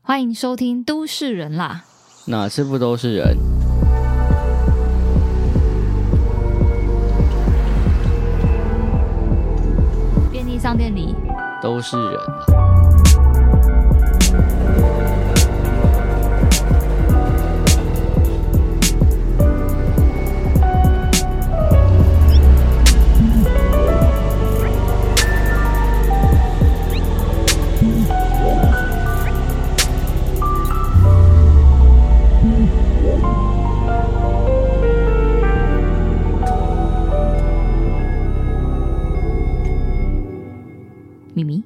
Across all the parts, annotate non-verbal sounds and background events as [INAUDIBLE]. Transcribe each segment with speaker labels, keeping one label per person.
Speaker 1: 欢迎收听《都市人》啦。
Speaker 2: 哪次不都是人？
Speaker 1: 便利商店里
Speaker 2: 都是人啊！
Speaker 1: 咪咪，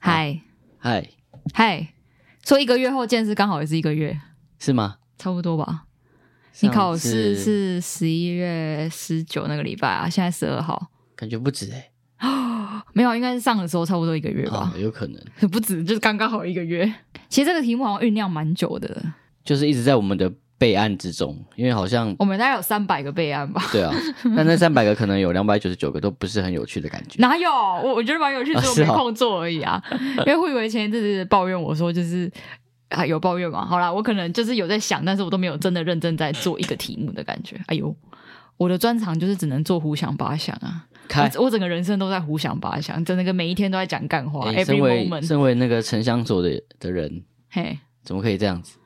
Speaker 1: 嗨
Speaker 2: 嗨，
Speaker 1: 嗨，说一个月后见是刚好也是一个月，
Speaker 2: 是吗？
Speaker 1: 差不多吧？你考试
Speaker 2: 上次
Speaker 1: 是十一月十九那个礼拜啊，现在十二号，
Speaker 2: 感觉不止哎、
Speaker 1: 没有，应该是上的时候差不多一个月
Speaker 2: 欸，
Speaker 1: 吧
Speaker 2: 啊，，有可能
Speaker 1: [LAUGHS] 不止，就是刚刚好一个月。其实这个题目好像酝酿蛮久的，
Speaker 2: 就是一直在我们的备案之中，因为好像
Speaker 1: 我们大概有三百个备案吧。 [LAUGHS]
Speaker 2: 对啊，但那三百个可能有两百九十九个都不是很有趣的感觉。
Speaker 1: 哪有？我我觉得蛮有趣，
Speaker 2: 啊
Speaker 1: 只是
Speaker 2: 是
Speaker 1: 我没
Speaker 2: 哦
Speaker 1: 空做而已啊。因为慧维前一阵子抱怨我说，就是啊有抱怨嘛。好啦，我可能就是有在想，但是我都没有真的认真在做一个题目的感觉。哎呦，我的专长就是只能做胡想八想啊。
Speaker 2: 开，
Speaker 1: 我我整个人生都在胡想八想，真的跟每一天都在讲干话、
Speaker 2: 欸
Speaker 1: e v
Speaker 2: 身
Speaker 1: e r y
Speaker 2: 为
Speaker 1: moment。
Speaker 2: 身为那个城乡所的的人，
Speaker 1: 嘿，
Speaker 2: 怎么可以这样子？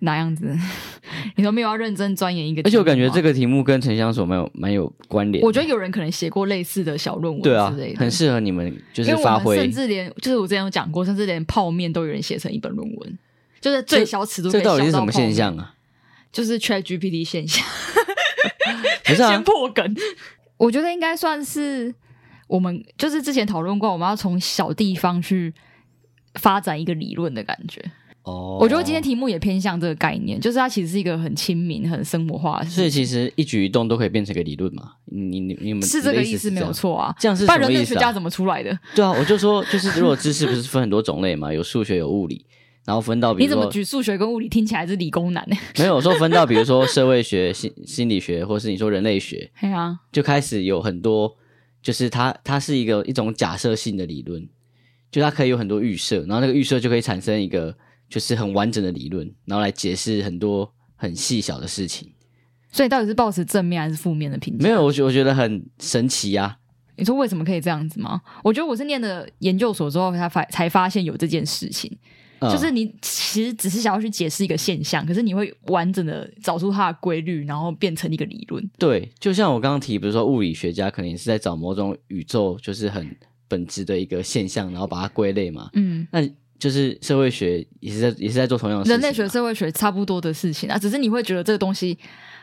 Speaker 1: 哪样子？ [LAUGHS] 你说没有要认真钻研一个？
Speaker 2: 而且我感觉这
Speaker 1: 个，
Speaker 2: 个题目跟城乡所蛮有蛮有关联的。
Speaker 1: 我觉得有人可能写过类似的小论文
Speaker 2: 对啊
Speaker 1: 之类，的，
Speaker 2: 很适合你们就
Speaker 1: 因
Speaker 2: 是
Speaker 1: 为
Speaker 2: 发
Speaker 1: 我们
Speaker 2: 挥
Speaker 1: 甚。至连就是我之前有讲过，甚至连泡面都有人写成一本论文，就是最小尺度可
Speaker 2: 这
Speaker 1: 以
Speaker 2: 到底是
Speaker 1: 小
Speaker 2: 什么
Speaker 1: 泡面
Speaker 2: 现？象啊？
Speaker 1: 就是 Chat GPT 现象，
Speaker 2: 不
Speaker 1: [LAUGHS]
Speaker 2: 是
Speaker 1: 先
Speaker 2: 啊，
Speaker 1: 破梗。我觉得应该算是我们就是之前讨论过，我们要从小地方去发展一个理论的感觉。
Speaker 2: 哦，
Speaker 1: 我觉得今天题目也偏向这个概念，就是它其实是一个很亲民、很生活化的事
Speaker 2: 所以其实一举一动都可以变成一个理论嘛？你你你们
Speaker 1: 是这个
Speaker 2: 你的
Speaker 1: 意
Speaker 2: 思
Speaker 1: 思没
Speaker 2: 这
Speaker 1: 有
Speaker 2: 样？
Speaker 1: 错啊。
Speaker 2: 这样是
Speaker 1: 不然
Speaker 2: 什么
Speaker 1: 人类
Speaker 2: 意思
Speaker 1: 学
Speaker 2: 啊
Speaker 1: 家怎么出来的？
Speaker 2: 对啊，我就说就是如果知识不是分很多种类嘛，有数学有物理，然后分到比
Speaker 1: 你
Speaker 2: 如
Speaker 1: 怎么
Speaker 2: 说
Speaker 1: 举数学跟物理听起来是理工男呢？ [LAUGHS]
Speaker 2: 没有我说分到比如说社会学、心 [LAUGHS] 心理学，或是你说人类学，
Speaker 1: 对啊，
Speaker 2: 就开始有很多就是它它是一个一种假设性的理论，就它可以有很多预设，然后那个预设就可以产生一个就是很完整的理论，然后来解释很多很细小的事情。
Speaker 1: 所以到底是抱持正面还是负面的评价？
Speaker 2: 没有，我觉我觉得很神奇啊。
Speaker 1: 你说为什么可以这样子吗？我觉得我是念了研究所之后才发才发现有这件事情，
Speaker 2: 嗯
Speaker 1: 就是你其实只是想要去解释一个现象，可是你会完整的找出它的规律，然后变成一个理论。
Speaker 2: 对，就像我刚刚提，比如说物理学家可能也是在找某种宇宙就是很本质的一个现象，然后把它归类嘛。
Speaker 1: 嗯，
Speaker 2: 那就是社会学也是在也是在做同样的事情啊
Speaker 1: 人
Speaker 2: 嘛。
Speaker 1: 类学、社会学差不多的事情啊，只是你会觉得这个东西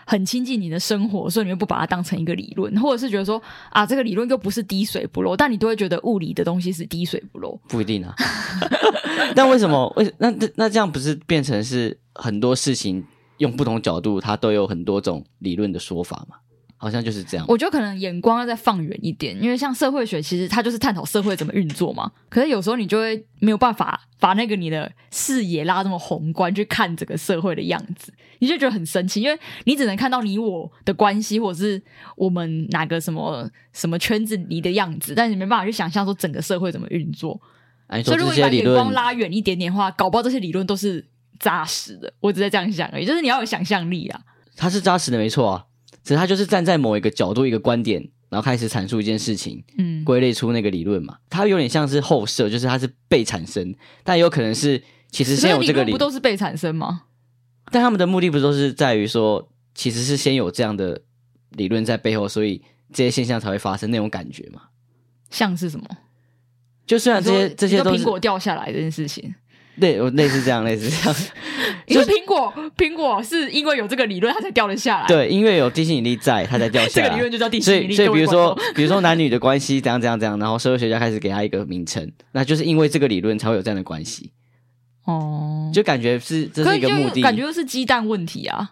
Speaker 1: 很亲近你的生活，所以你会不把它当成一个理论，或者是觉得说啊，这个理论又不是滴水不漏，但你都会觉得物理的东西是滴水不漏。
Speaker 2: 不一定啊。 [LAUGHS] 但为什么？为那那那这样不是变成是很多事情用不同角度，它都有很多种理论的说法嘛？好像就是这样。
Speaker 1: 我觉得可能眼光要再放远一点，因为像社会学，其实它就是探讨社会怎么运作嘛。可是有时候你就会没有办法把那个你的视野拉这么宏观去看整个社会的样子，你就觉得很神奇，因为你只能看到你我的关系，或者是我们哪个什么什么圈子里的样子，但你没办法去想象说整个社会怎么运作。
Speaker 2: 啊你
Speaker 1: 所
Speaker 2: 说
Speaker 1: 以如果你
Speaker 2: 这些
Speaker 1: 把
Speaker 2: 理
Speaker 1: 眼
Speaker 2: 论
Speaker 1: 光，拉远一点点的话，搞不好这些理论都是扎实的。我只在这样想而已，就是你要有想象力啊。
Speaker 2: 它是扎实的没错啊，只是它就是站在某一个角度、一个观点，然后开始阐述一件事情，
Speaker 1: 嗯，
Speaker 2: 归类出那个理论嘛。它有点像是后设，就是它是被产生，但也有可能是其实
Speaker 1: 所
Speaker 2: 先
Speaker 1: 以
Speaker 2: 有
Speaker 1: 理
Speaker 2: 这个
Speaker 1: 论
Speaker 2: 理
Speaker 1: 不，都是被产生吗？
Speaker 2: 但他们的目的不都是在于说，其实是先有这样的理论在背后，所以这些现象才会发生那种感觉嘛。
Speaker 1: 像是什么？
Speaker 2: 就虽然
Speaker 1: 你
Speaker 2: 这
Speaker 1: 说
Speaker 2: 些这些
Speaker 1: 你说
Speaker 2: 都
Speaker 1: 苹
Speaker 2: 是
Speaker 1: 果掉下来这件事情，
Speaker 2: 类我类似这样类似
Speaker 1: [LAUGHS]
Speaker 2: 这样，
Speaker 1: 因为苹果苹果是因为有这个理论它才掉了下来，，
Speaker 2: 对，因为有地心引力在，它才掉
Speaker 1: 这
Speaker 2: 下
Speaker 1: 个理
Speaker 2: 来
Speaker 1: 论。就叫地
Speaker 2: 所
Speaker 1: 心引
Speaker 2: 以，
Speaker 1: 力。
Speaker 2: 所以
Speaker 1: 各
Speaker 2: 比
Speaker 1: 位
Speaker 2: 如
Speaker 1: 观
Speaker 2: 说
Speaker 1: 众，，
Speaker 2: 比如说男女的关系怎样怎样怎样，然后社会学家开始给他一个名称，那就是因为这个理论才会有这样的关系，
Speaker 1: 哦，
Speaker 2: 就感觉是这
Speaker 1: 可
Speaker 2: 是一个
Speaker 1: 就
Speaker 2: 目的。
Speaker 1: 感觉又是鸡蛋问题啊。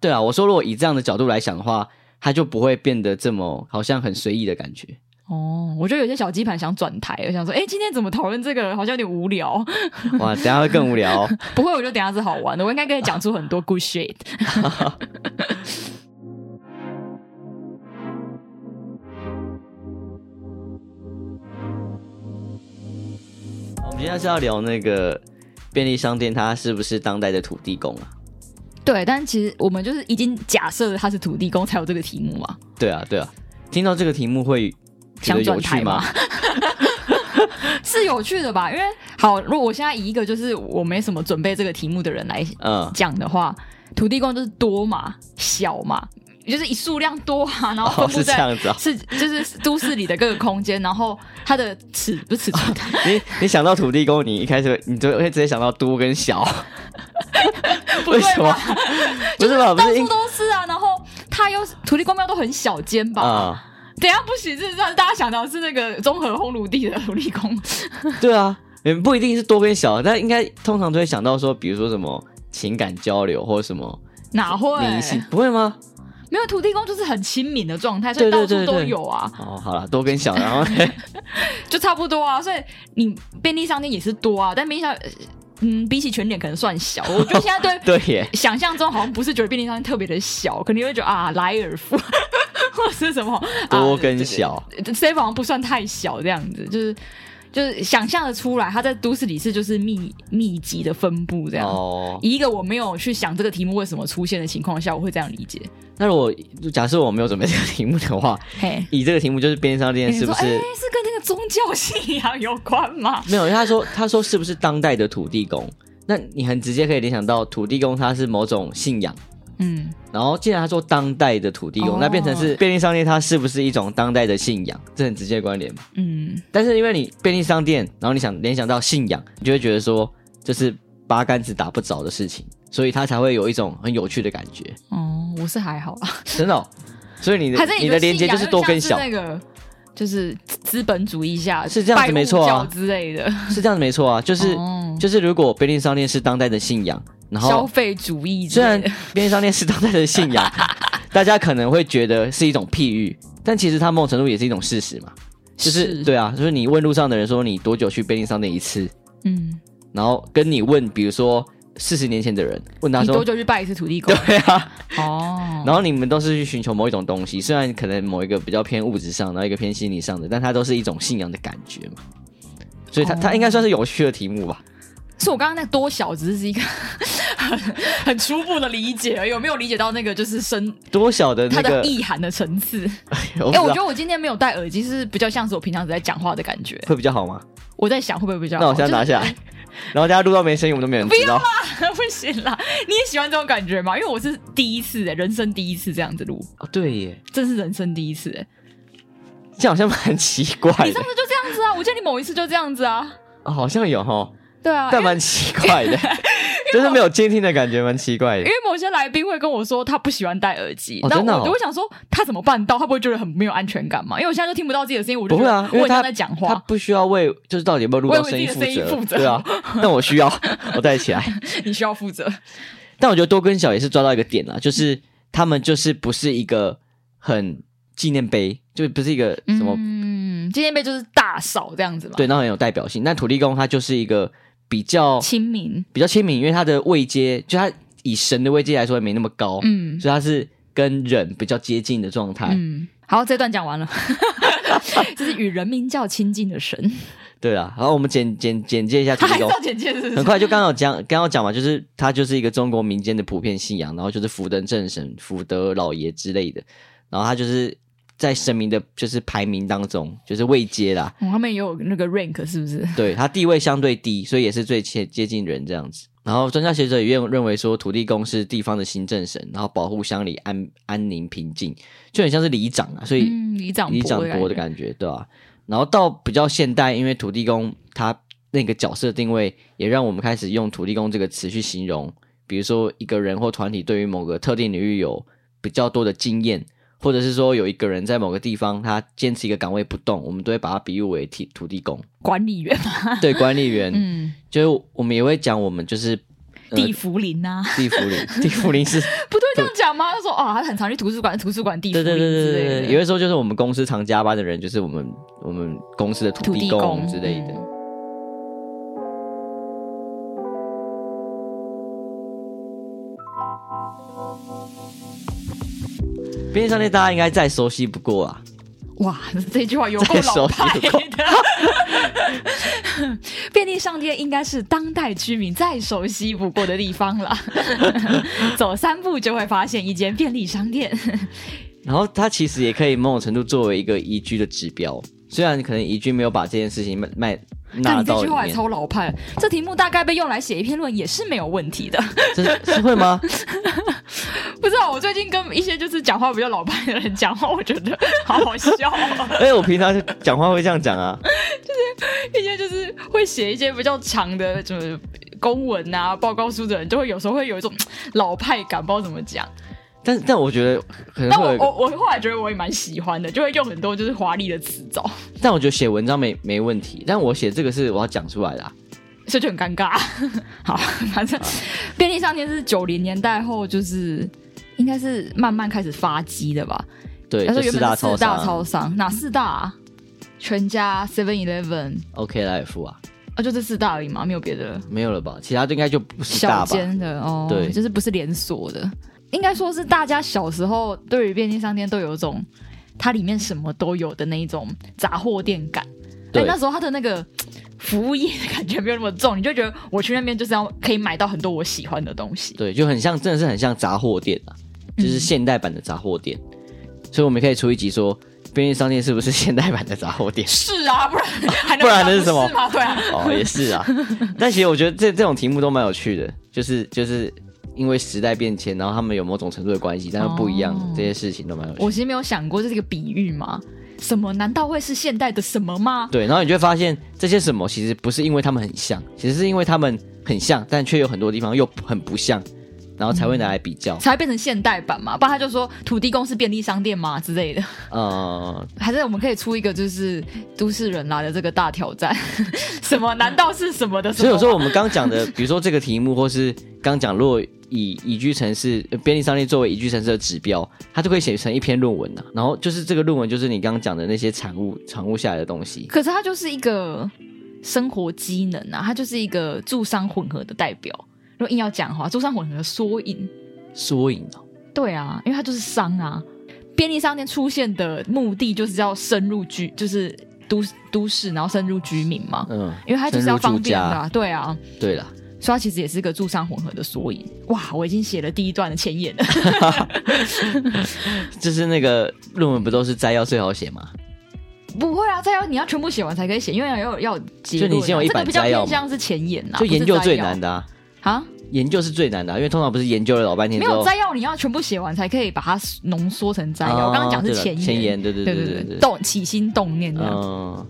Speaker 2: 对啊，我说如果以这样的角度来想的话，它就不会变得这么好像很随意的感 [LAUGHS] 觉。
Speaker 1: 哦，我觉得有些小鸡盘想转台，我想说，哎，今天怎么讨论这个，好像有点无聊。 [LAUGHS]
Speaker 2: 哇，等一下会更无聊哦、
Speaker 1: 不会，我就等一下是好玩的，我应该可以讲出很多 good shit。
Speaker 2: [LAUGHS] 我们现在是要聊那个便利商店，它是不是当代的土地公啊？
Speaker 1: [LAUGHS] 对，但其实我们就是已经假设了他是土地公才有这个题目嘛，
Speaker 2: 对啊，对啊，听到这个题目会觉
Speaker 1: 想
Speaker 2: 得
Speaker 1: 转
Speaker 2: 有
Speaker 1: 台
Speaker 2: 趣吗？？
Speaker 1: [LAUGHS] 是有趣的吧？因为好，如果我现在以一个就是我没什么准备这个题目的人来
Speaker 2: 嗯，
Speaker 1: 讲的话，土地公就是多嘛、小嘛，就是以数量多啊，然后
Speaker 2: [LAUGHS]
Speaker 1: 分
Speaker 2: 哦，
Speaker 1: 布
Speaker 2: 是这
Speaker 1: 在、
Speaker 2: 样子啊、
Speaker 1: 是就是都市里的各个空间，然后它的尺不是尺
Speaker 2: 哦
Speaker 1: [LAUGHS] 寸，
Speaker 2: 你你想到土地公，你一开始会你就会直接想到都跟 [LAUGHS] 小，
Speaker 1: 不
Speaker 2: 为
Speaker 1: 对
Speaker 2: 什么
Speaker 1: 吧？？
Speaker 2: 不是吧？不
Speaker 1: 到
Speaker 2: 是
Speaker 1: 处
Speaker 2: 应
Speaker 1: 都是啊，然后它又是土地公庙都很小间吧？
Speaker 2: 啊、
Speaker 1: 等一下不行，这让大家想到是那个综合烘炉地的土地公，
Speaker 2: [LAUGHS] 对啊，嗯，不一定是多跟小，但应该通常都会想到说，比如说什么情感交流或什么
Speaker 1: 哪会？
Speaker 2: 迷信，不会吗？
Speaker 1: 没有土地公就是很亲民的状态，所以到
Speaker 2: 对
Speaker 1: 处
Speaker 2: 对对
Speaker 1: 都
Speaker 2: 对
Speaker 1: 有啊，
Speaker 2: 哦，好了，多跟
Speaker 1: [LAUGHS]
Speaker 2: 小，然后呢
Speaker 1: 就差不多啊。所以你便利商店也是多啊，但便利商，嗯，比起全脸可能算小。我觉得现在对
Speaker 2: [LAUGHS] 对耶，
Speaker 1: 想象中好像不是觉得便利商店特别的小，可能会觉得啊，莱尔富 [LAUGHS] 或是什么
Speaker 2: 多跟小，
Speaker 1: ，C 好像不算太小这样子，就是就是想象的出来，它在都市里是就是密密集的分布这样。
Speaker 2: 哦。
Speaker 1: 以一个我没有去想这个题目为什么出现的情况下，我会这样理解。
Speaker 2: 那如果假设我没有准备这个题目的话，
Speaker 1: 嘿，
Speaker 2: 以这个题目就是边商店
Speaker 1: 你
Speaker 2: 是
Speaker 1: 说
Speaker 2: 不
Speaker 1: 哎、
Speaker 2: 是？
Speaker 1: 是跟那个宗教信仰有关吗？
Speaker 2: 没有，因为他说他说是不是当代的土地公？那你很直接可以联想到土地公他是某种信仰，
Speaker 1: 嗯，
Speaker 2: 然后既然他说当代的土地公，
Speaker 1: 哦
Speaker 2: 那变成是便利商店它是不是一种当代的信仰？这很直接关联嘛。
Speaker 1: 嗯，
Speaker 2: 但是因为你便利商店，然后你想联想到信仰，你就会觉得说这是八竿子打不着的事情，所以它才会有一种很有趣的感觉，
Speaker 1: 哦，我是还好啦，
Speaker 2: 真的哦、所以你的
Speaker 1: 还是
Speaker 2: 你的连接就是多跟小
Speaker 1: 信，仰就像是那个就是资本主义下
Speaker 2: 是这样子没错啊
Speaker 1: 拜物教之类的，
Speaker 2: 是这样子没错啊。就是、
Speaker 1: 哦
Speaker 2: 就是如果便利商店是当代的信仰，然后
Speaker 1: 消费主义之
Speaker 2: 虽然
Speaker 1: 类的。
Speaker 2: 便利商店是当代的
Speaker 1: [LAUGHS]
Speaker 2: 信仰，大家可能会觉得是一种譬喻，但其实它某种程度也是一种事实嘛。就是
Speaker 1: 是
Speaker 2: 对啊，就是你问路上的人说你多久去便利商店一次，
Speaker 1: 嗯，
Speaker 2: 然后跟你问，比如说四十年前的人问他
Speaker 1: 你多
Speaker 2: 说，
Speaker 1: 久去拜一次土地公？
Speaker 2: [LAUGHS] 对啊，
Speaker 1: 哦，
Speaker 2: 然后你们都是去寻求某一种东西，虽然可能某一个比较偏物质上，然后一个偏心理上的，但它都是一种信仰的感觉嘛。所以
Speaker 1: 哦
Speaker 2: 它、它应该算是有趣的题目吧？
Speaker 1: 所以我刚刚那多小只是一个 [LAUGHS] 很很初步的理解而已，有没有理解到那个就是深
Speaker 2: 多小的
Speaker 1: 它
Speaker 2: 呃那个 [LAUGHS] 啊
Speaker 1: 的，意涵的层次？
Speaker 2: 我不
Speaker 1: 哎、
Speaker 2: 知道
Speaker 1: 我觉得我今天没有戴耳机，是比较像是我平常在讲话的感觉。
Speaker 2: 会比较好吗？
Speaker 1: 啊我在想会不会比较好？
Speaker 2: 那我现在拿下来，然后大家录到没声音，我们都没有人知道。
Speaker 1: 就是 [LAUGHS] 不啊行啦！你也喜欢这种感觉吗？因为我是第一次、欸，人生第一次这样子录，
Speaker 2: 哦，对耶，
Speaker 1: 真是人生第一次、欸。
Speaker 2: 这样好像蛮奇怪
Speaker 1: 你
Speaker 2: 的
Speaker 1: 上，次就这样子啊，我记得你某一次就这样子啊。
Speaker 2: 哦好像有哈，
Speaker 1: 对啊，因
Speaker 2: 但
Speaker 1: 为 [LAUGHS]
Speaker 2: 蛮奇怪的，就是没有监听的感觉，蛮奇怪
Speaker 1: 因
Speaker 2: 的
Speaker 1: 为。某些来宾会跟我说他不喜欢戴耳机，
Speaker 2: 哦
Speaker 1: 那
Speaker 2: 真的哦
Speaker 1: 我就会想说他怎么办到？他不会觉得很没有安全感吗？因为我现在就听不到自己的声音，我就
Speaker 2: 不
Speaker 1: 觉
Speaker 2: 会
Speaker 1: 得
Speaker 2: 啊，因
Speaker 1: 我
Speaker 2: 为
Speaker 1: 很
Speaker 2: 他
Speaker 1: 像在讲
Speaker 2: 他
Speaker 1: 话。
Speaker 2: 不需要为就是到底有没有录到
Speaker 1: 为
Speaker 2: 声音
Speaker 1: 自己的声音
Speaker 2: 责，
Speaker 1: 负责
Speaker 2: 对啊，但
Speaker 1: [LAUGHS]
Speaker 2: 我需要，我带起来。
Speaker 1: 你需要负责。
Speaker 2: 但我觉得多跟小也是抓到一个点啦，
Speaker 1: 嗯
Speaker 2: 就是他们就是不是一个很纪念碑，就不是一个什么、
Speaker 1: 嗯，纪念碑就是大扫这样子嘛。
Speaker 2: 对，，那很有代表性。但土地公他就是一个比较
Speaker 1: 亲民。
Speaker 2: 比较亲民，因为他的位阶就他以神的位阶来说也没那么高，
Speaker 1: 嗯
Speaker 2: 所以他是跟人比较接近的状态。
Speaker 1: 嗯，好，这段讲完了， [LAUGHS] 这是与人民较亲近的神。
Speaker 2: 对啦，然后我们简简简介一下土
Speaker 1: 他还是
Speaker 2: 地公。
Speaker 1: 要简介是不 [LAUGHS] 是
Speaker 2: 很？快就刚刚有讲，刚刚有讲嘛，就是它就是一个中国民间的普遍信仰，然后就是福德正神、福德老爷之类的，然后它就是在神明的，就是排名当中，就是位阶啦，
Speaker 1: 哦，他们也有那个 rank 是不是？
Speaker 2: 对，它地位相对低，所以也是最接接近人这样子。然后专家学者也认认为说，土地公是地方的行政神，然后保护乡里安安宁平静，就很像是里长啊，所以
Speaker 1: 嗯，里长
Speaker 2: 里长伯
Speaker 1: 伯
Speaker 2: 的
Speaker 1: 觉。
Speaker 2: 感觉，对吧、然后到比较现代，因为土地公他那个角色定位，也让我们开始用土地公这个词去形容，比如说一个人或团体对于某个特定领域有比较多的经验，或者是说有一个人在某个地方他坚持一个岗位不动，我们都会把他比喻为土土地公，
Speaker 1: 管理员嘛，
Speaker 2: 对管理员，
Speaker 1: [LAUGHS] 嗯，
Speaker 2: 就是我们也会讲我们就是、呃
Speaker 1: 地福林
Speaker 2: [LAUGHS]
Speaker 1: 啊，
Speaker 2: 地府林，地府林是
Speaker 1: 不对，这样讲吗？他说啊，他很常去图书馆，图书馆地福
Speaker 2: 对
Speaker 1: 林
Speaker 2: 对对
Speaker 1: 之
Speaker 2: 对
Speaker 1: 类
Speaker 2: 对
Speaker 1: 的
Speaker 2: 对，有的时候就是我们公司常加班的人，就是我们我们公司的土
Speaker 1: 土
Speaker 2: 地
Speaker 1: 地
Speaker 2: 公
Speaker 1: 公
Speaker 2: 之类的。
Speaker 1: 嗯
Speaker 2: 便利商店大家应该再熟悉不过啊，
Speaker 1: 哇，这句话有
Speaker 2: [LAUGHS]
Speaker 1: 够老派
Speaker 2: 再说
Speaker 1: 的。 [LAUGHS] 便利商店应该是当代居民再熟悉不过的地方
Speaker 2: [LAUGHS]
Speaker 1: 了。走三步就会发现一间便利商店。
Speaker 2: 然后它其实也可以某种程度作为一个宜居的指标，虽然可能宜居没有把这件事情卖卖
Speaker 1: 但 [LAUGHS]
Speaker 2: 纳
Speaker 1: 你这
Speaker 2: 到
Speaker 1: 句
Speaker 2: 里
Speaker 1: 话也
Speaker 2: 面，
Speaker 1: 超老派，这题目大概被用来写一篇论也是没有问题的。
Speaker 2: 这 [LAUGHS] 是是会
Speaker 1: [LAUGHS]
Speaker 2: 吗？
Speaker 1: 不知道我最近跟一些就是讲话比较老派的人讲话，我觉
Speaker 2: [LAUGHS]
Speaker 1: 得好好笑哦、
Speaker 2: 哎，我平常就讲话会这样讲啊，
Speaker 1: 一些就是会写一些比较长的什么公文啊、报告书的人，就会有时候会有一种老派感，不知道怎么讲。
Speaker 2: 但但我觉得可能
Speaker 1: 但
Speaker 2: 会有
Speaker 1: 我
Speaker 2: 一个，
Speaker 1: 我我后来觉得我也蛮喜欢的，就会用很多就是华丽的词藻，
Speaker 2: 但我觉得写文章没没问题，但我写这个是我要讲出来的啊、
Speaker 1: 所以就很尴尬。 [LAUGHS] 好，反正便利商店是九零年代后就是应该是慢慢开始发迹的吧。
Speaker 2: 对，
Speaker 1: 他
Speaker 2: 就
Speaker 1: 说原
Speaker 2: 四
Speaker 1: 本是
Speaker 2: 超
Speaker 1: 四大
Speaker 2: 商
Speaker 1: 超商，哪四大、啊？全家、Seven Eleven，
Speaker 2: ，OK Life 啊，
Speaker 1: 啊，就这四大而已嘛，没有别的。
Speaker 2: 没有了吧？其他就应该就不是
Speaker 1: 小
Speaker 2: 大吧？
Speaker 1: 间的哦，
Speaker 2: 对
Speaker 1: 就是不是连锁的，应该说是大家小时候对于便利商店都有一种它里面什么都有的那一种杂货店感。
Speaker 2: 对
Speaker 1: 但那时候它的那个服务业的感觉没有那么重，你就觉得我去那边就是要可以买到很多我喜欢的东西。？
Speaker 2: 对，就很像，真的是很像杂货店啊，就是现代版的杂货店。所以我们可以出一集说，便利商店是不是现代版的杂货店
Speaker 1: 是啊，
Speaker 2: [LAUGHS]
Speaker 1: 不然还能
Speaker 2: 不然
Speaker 1: 那
Speaker 2: 那是什么
Speaker 1: 吗？对啊，
Speaker 2: 哦，也是
Speaker 1: [LAUGHS]
Speaker 2: 啊。但其实我觉得这这种题目都蛮有趣的，就是就是因为时代变迁，然后他们有某种程度的关系，但又不一样，
Speaker 1: 哦
Speaker 2: 这些事情都蛮有趣
Speaker 1: 我其实没有想过这是一个比喻嘛，什么难道会是现代的什么吗？
Speaker 2: 对，然后你就会发现这些什么其实不是因为他们很像，其实是因为他们很像，但却有很多地方又很不像，然后才会拿来比较。
Speaker 1: 才会变成现代版嘛，不然他就说土地公是便利商店嘛之类的。
Speaker 2: 呃，
Speaker 1: 还是我们可以出一个就是都市人来的这个大挑战， [LAUGHS] 什么？难道是什么的什么？
Speaker 2: 所以有时候我们刚讲的，比如说这个题目，或是刚讲，如果以宜居城市、呃便利商店作为宜居城市的指标，它就可以写成一篇论文呐、然后就是这个论文，就是你刚刚讲的那些产物、产物下来的东西。
Speaker 1: 可是它就是一个生活机能啊，它就是一个住商混合的代表。如果硬要讲的话，住商混合的缩影，
Speaker 2: 缩影哦，
Speaker 1: 对啊，因为它就是商啊。便利商店出现的目的就是要深入居，就是都都市，然后深入居民嘛，
Speaker 2: 嗯，
Speaker 1: 因为它就是要
Speaker 2: 深
Speaker 1: 方
Speaker 2: 入住
Speaker 1: 便
Speaker 2: 家
Speaker 1: 的、啊，对啊。
Speaker 2: 对啦，
Speaker 1: 所以它其实也是一个住商混合的缩影。哇，我已经写了第一段的前言了。
Speaker 2: 就是那个论文不都是摘要最好写吗？
Speaker 1: 不会啊，摘要你要全部写完才可以写，因为要有要有结
Speaker 2: 就
Speaker 1: 论啊、
Speaker 2: 你先有一
Speaker 1: 这
Speaker 2: 版
Speaker 1: 个比较
Speaker 2: 摘要
Speaker 1: 偏
Speaker 2: 嘛
Speaker 1: 向是前言呐、啊，
Speaker 2: 就研究最难
Speaker 1: 难
Speaker 2: 的啊，
Speaker 1: 啊。
Speaker 2: 研究是最难的啊、因为通常不是研究了老半天
Speaker 1: 没
Speaker 2: 之
Speaker 1: 有
Speaker 2: 后，
Speaker 1: 摘要，你要全部写完才可以把它浓缩成摘要。我刚刚讲是
Speaker 2: 前
Speaker 1: 前言，
Speaker 2: 前啊哦言，对对
Speaker 1: 对
Speaker 2: 对
Speaker 1: 对
Speaker 2: 对，
Speaker 1: 动起心动念这啊样。
Speaker 2: 嗯。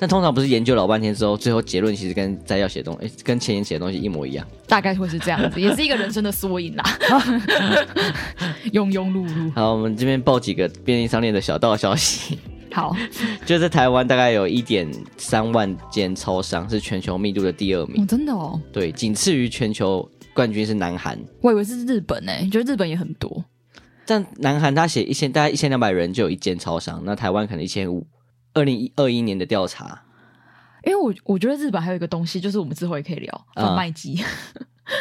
Speaker 2: 但通常不是研究老半天之后，最后结论其实跟摘要写的东，诶跟前言写的东西一模一样。
Speaker 1: 大概会是这样子，也是一个人生的缩
Speaker 2: [LAUGHS]
Speaker 1: 影啦，啊庸庸碌碌。
Speaker 2: 好，我们这边报几个便利商店的小道消息， [LAUGHS]
Speaker 1: 好，
Speaker 2: 就在台湾大概有一点三万间超商，是全球密度的第二名，
Speaker 1: 哦，真的哦，
Speaker 2: 对，仅次于全球冠军是南韩，
Speaker 1: 我以为是日本呢、欸，觉得日本也很多。
Speaker 2: 但南韩它写一千大概一千两百人就有一间超商，那台湾可能一千五。二零二一年的调查，
Speaker 1: 因为我我觉得日本还有一个东西，就是我们之后也可以聊
Speaker 2: 嗯
Speaker 1: 贩卖机，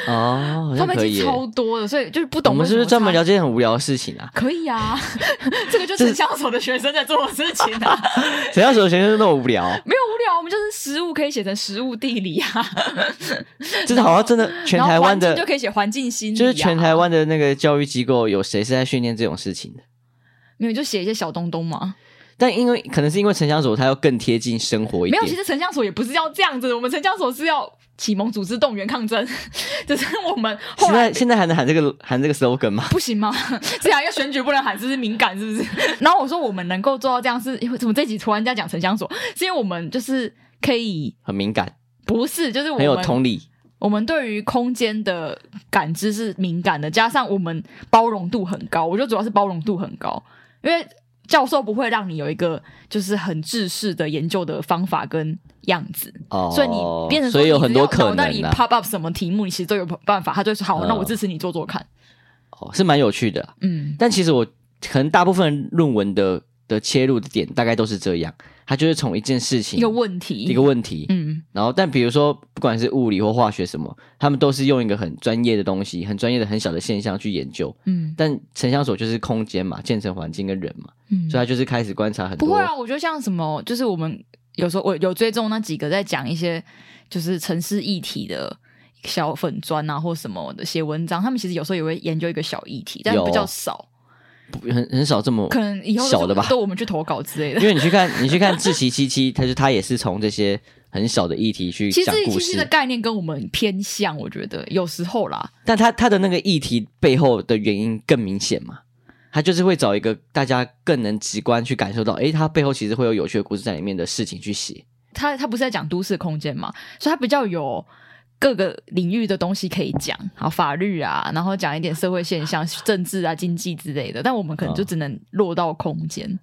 Speaker 2: 哦，好
Speaker 1: 贩
Speaker 2: 像
Speaker 1: 卖
Speaker 2: 可以
Speaker 1: 机
Speaker 2: 耶。
Speaker 1: 超多的，所以就是不
Speaker 2: 我
Speaker 1: 懂为
Speaker 2: 们
Speaker 1: 什
Speaker 2: 是不
Speaker 1: 么
Speaker 2: 是专门
Speaker 1: 它
Speaker 2: 聊这些很无聊的事情啊？ [LAUGHS]
Speaker 1: 可以啊， [LAUGHS] 这个就是城乡所的学生在做的事情啊，
Speaker 2: 谁要手学生那么无
Speaker 1: [LAUGHS]
Speaker 2: 聊？
Speaker 1: 没有无聊，我们就是食物可以写成食物地理啊，
Speaker 2: 这是好像真的全
Speaker 1: 然后
Speaker 2: 台湾
Speaker 1: 环境
Speaker 2: 的，
Speaker 1: 就可以写环境心理、啊，
Speaker 2: 就是全台湾的那个教育机构有谁是在训练这种事情的？
Speaker 1: 没有就写一些小东东嘛，
Speaker 2: 但因为可能是因为城乡所，它要更贴近生活一
Speaker 1: 没
Speaker 2: 点
Speaker 1: 有，，其实城乡所也不是要这样子，我们城乡所是要启蒙组织动员抗争， [LAUGHS] 只是我们后
Speaker 2: 现
Speaker 1: 来
Speaker 2: 在。现在还能喊这个喊这个 slogan 吗？
Speaker 1: 不行吗？ [LAUGHS] 这样要选举不能喊，是不是敏感？是不是？
Speaker 2: [LAUGHS]
Speaker 1: 然后我说我们能够做到这样是，因为怎么这集突然间讲城乡所，是因为我们就是可以，
Speaker 2: 很敏感，
Speaker 1: 不是就是我
Speaker 2: 很
Speaker 1: 们
Speaker 2: 有同理，
Speaker 1: 我们对于空间的感知是敏感的，加上我们包容度很高，我觉得主要是包容度很高，因为教授不会让你有一个就是很制式的研究的方法跟样子，
Speaker 2: 哦，
Speaker 1: 所以你变成说
Speaker 2: 所以有
Speaker 1: 你
Speaker 2: 很
Speaker 1: 只要
Speaker 2: 多可
Speaker 1: 脑袋
Speaker 2: 能啊
Speaker 1: 里
Speaker 2: 的、
Speaker 1: pop up 什么题目，你其实都有办法，他就会说好，
Speaker 2: 嗯
Speaker 1: 那我支持你做做看，
Speaker 2: 哦，是蛮有趣的啊。
Speaker 1: 嗯，
Speaker 2: 但其实我可能大部分论文的的切入的点大概都是这样，它就是从一件事情
Speaker 1: 一个问题，
Speaker 2: 一个问题，
Speaker 1: 嗯
Speaker 2: 然后但比如说不管是物理或化学什么，他们都是用一个很专业的东西、很专业的很小的现象去研究。
Speaker 1: 嗯
Speaker 2: 但城乡所就是空间嘛，建成环境跟人嘛，
Speaker 1: 嗯，
Speaker 2: 所以他就是开始观察很多。
Speaker 1: 不会啊，我觉得像什么，就是我们有时候我有追踪那几个在讲一些就是城市议题的小粉砖啊，或什么的写文章，他们其实有时候也会研究一个小议题，但
Speaker 2: 有
Speaker 1: 比较少，
Speaker 2: 不很很少这么
Speaker 1: 可能以后都是
Speaker 2: 小的吧
Speaker 1: 都我们去投稿之类的
Speaker 2: 因。 [LAUGHS] 为你去看，你去看志奇七七，他就他也是从这些很小的议题去
Speaker 1: 其实
Speaker 2: 讲故
Speaker 1: 其实的
Speaker 2: 事，
Speaker 1: 概念跟我们偏向，我觉得有时候啦，
Speaker 2: 但他他的那个议题背后的原因更明显嘛。他就是会找一个大家更能直观去感受到，诶，他背后其实会有有趣的故事在里面的事情去写。
Speaker 1: 他他不是在讲都市空间嘛，所以他比较有各个领域的东西可以讲，好法律啊，然后讲一点社会现象、政治啊、经济之类的。但我们可能就只能落到空间。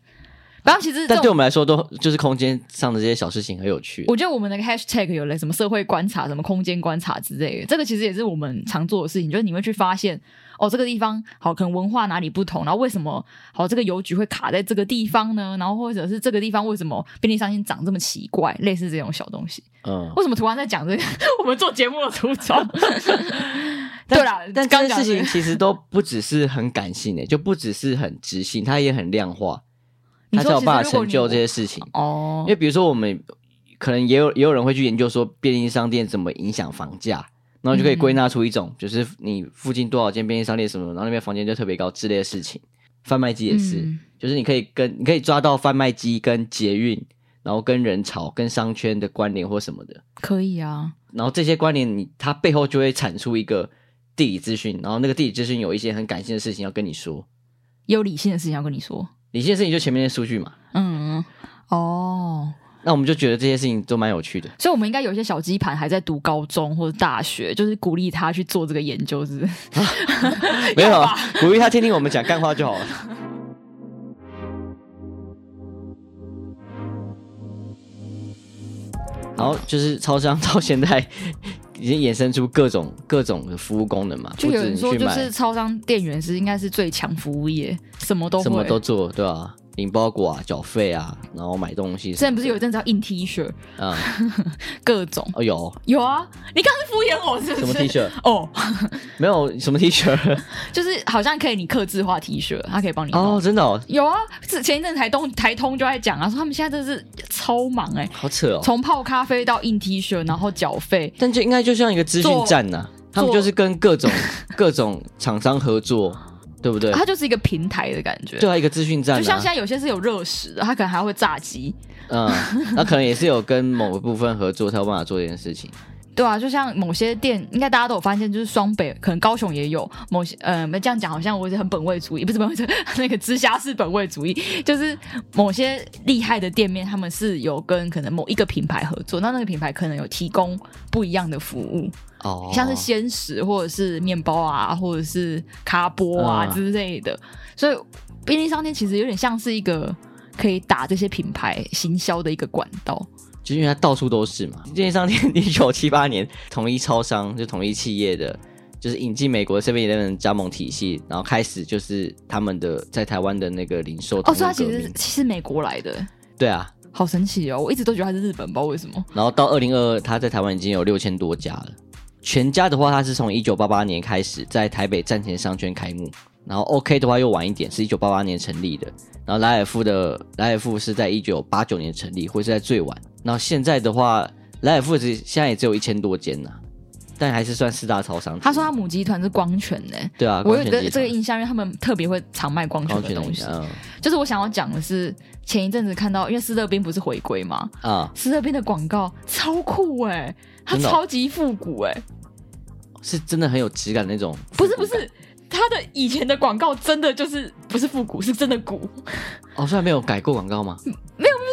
Speaker 1: 然后其实这
Speaker 2: 嗯但对我
Speaker 1: 种，
Speaker 2: 们来说都，就是空间上的这些小事情很有趣。
Speaker 1: 我觉得我们那个 hashtag 有了什么社会观察、什么空间观察之类的，这个其实也是我们常做的事情，就是你会去发现哦，这个地方好，可能文化哪里不同，然后为什么好这个邮局会卡在这个地方呢？然后或者是这个地方为什么便利商店长这么奇怪，类似这种小东西。
Speaker 2: 嗯，
Speaker 1: 为什么突然在讲这个？ [LAUGHS] 我们做节目的初
Speaker 2: [LAUGHS]
Speaker 1: 衷。
Speaker 2: 但
Speaker 1: 对啦，
Speaker 2: 但这
Speaker 1: 刚
Speaker 2: 件
Speaker 1: 讲
Speaker 2: 事情
Speaker 1: 的
Speaker 2: 其实都不只是很感性欸诶，就不只是很直性，它也很量化，
Speaker 1: [LAUGHS] 你
Speaker 2: 它
Speaker 1: 说
Speaker 2: 才有
Speaker 1: 其
Speaker 2: 办法
Speaker 1: 实如果
Speaker 2: 成
Speaker 1: 你
Speaker 2: 就这些事情。
Speaker 1: 哦
Speaker 2: 因，为比如说，我们可能也有也有人会去研究说便利商店怎么影响房价，然后就可以归
Speaker 1: 嗯
Speaker 2: 纳出一种，就是你附近多少间便利商店什么，然后那边房间就特别高之类的事情。贩卖机也是，
Speaker 1: 嗯
Speaker 2: 就是你可以跟你可以抓到贩卖机跟捷运，然后跟人潮、跟商圈的关联或什么的。
Speaker 1: 可以啊，
Speaker 2: 然后这些关联你它背后就会产出一个地理资讯，然后那个地理资讯有一些很感性的事情要跟你说，
Speaker 1: 也有理性的事情要跟你说。
Speaker 2: 理性的事情就前面的数据嘛，
Speaker 1: 嗯，哦，
Speaker 2: 那我们就觉得这些事情都蛮有趣的。
Speaker 1: 所以我们应该有一些小鸡盘还在读高中或者大学，就是鼓励他去做这个研究，是不是？
Speaker 2: [LAUGHS] 没有 [LAUGHS] 啊，鼓励他听听我们讲干话就好了。然后就是超商到现在已经衍生出各种 [LAUGHS] 各种的服务功能嘛，
Speaker 1: 就有人
Speaker 2: 不止你
Speaker 1: 说，
Speaker 2: 去
Speaker 1: 就
Speaker 2: 买
Speaker 1: 是超商店员是应该是最强服务业，什么都会。
Speaker 2: 什么都做，对吧、啊？领包裹啊，缴费啊，然后买东西什么的。
Speaker 1: 之前不是有一阵子要印 T 恤，
Speaker 2: 嗯，
Speaker 1: 各种
Speaker 2: 哦有
Speaker 1: 有啊。你刚刚是敷衍我是不是？
Speaker 2: 什么 T 恤？
Speaker 1: 哦，
Speaker 2: [LAUGHS] 没有什么 T 恤
Speaker 1: 就是好像可以你刻字化 T 恤，它可以帮你弄
Speaker 2: 哦，真的哦，
Speaker 1: 有啊，是前一阵台东台通就在讲啊，说他们现在真的是超忙哎、
Speaker 2: 好扯哦。
Speaker 1: 从泡咖啡到印 T 恤，然后缴费，
Speaker 2: 但就应该就像一个资讯站呐、他们就是跟各种各种厂商合作，对不对？
Speaker 1: 它就是一个平台的感觉。
Speaker 2: 对啊，一个资讯站、啊，
Speaker 1: 就像现在有些是有热食的，它可能还会炸鸡，
Speaker 2: 嗯，那可能也是有跟某个部分合作，才有办法做这件事情。
Speaker 1: 对啊，就像某些店，应该大家都有发现，就是双北，可能高雄也有某些，呃，这样讲好像我是很本位主义，不是本位主义，那个直辖市本位主义，就是某些厉害的店面，他们是有跟可能某一个品牌合作，那那个品牌可能有提供不一样的服务，
Speaker 2: 哦，
Speaker 1: 像是鲜食或者是面包啊，或者是咖波啊
Speaker 2: 嗯
Speaker 1: 之类的。所以便利商店其实有点像是一个可以打这些品牌行销的一个管道。
Speaker 2: 就是因为它到处都是嘛。电商店一九七八年统一超商，就统一企业的，就是引进美国 Seven Eleven 加盟体系，然后开始就是他们的在台湾的那个零售
Speaker 1: 哦，
Speaker 2: 通路
Speaker 1: 所以它其
Speaker 2: 革
Speaker 1: 实
Speaker 2: 命
Speaker 1: 其实美国来的，
Speaker 2: 对啊，
Speaker 1: 好神奇哦！我一直都觉得它是日本，不知道为什么。
Speaker 2: 然后到二零二二，它在台湾已经有六千多家了。全家的话，它是从一九八八年开始在台北站前商圈开幕，然后 OK 的话又晚一点，是一九八八年成立的。然后莱尔富的莱尔富是在一九八九年成立，或是在最晚。然后现在的话，莱尔富只现在也只有一千多间呐、但还是算四大超商。
Speaker 1: 他说他母集团是光泉呢、
Speaker 2: 对啊，
Speaker 1: 我有
Speaker 2: 光
Speaker 1: 个
Speaker 2: 泉集
Speaker 1: 这个
Speaker 2: 团
Speaker 1: 印象，因为他们特别会常卖光泉
Speaker 2: 光
Speaker 1: 的
Speaker 2: 泉
Speaker 1: 东
Speaker 2: 集
Speaker 1: 西。
Speaker 2: 团
Speaker 1: 就是我想要讲的是，前一阵子看到，因为斯乐冰不是回归嘛，
Speaker 2: 嗯啊，
Speaker 1: 斯乐冰的广告超酷哎、它
Speaker 2: 真的哦
Speaker 1: 超级复古哎、
Speaker 2: 是真的很有质感的那种。
Speaker 1: 不是不是，他的以前的广告真的就是不是复古，是真的古，就
Speaker 2: 哦，虽然没有改过广告嘛，
Speaker 1: 嗯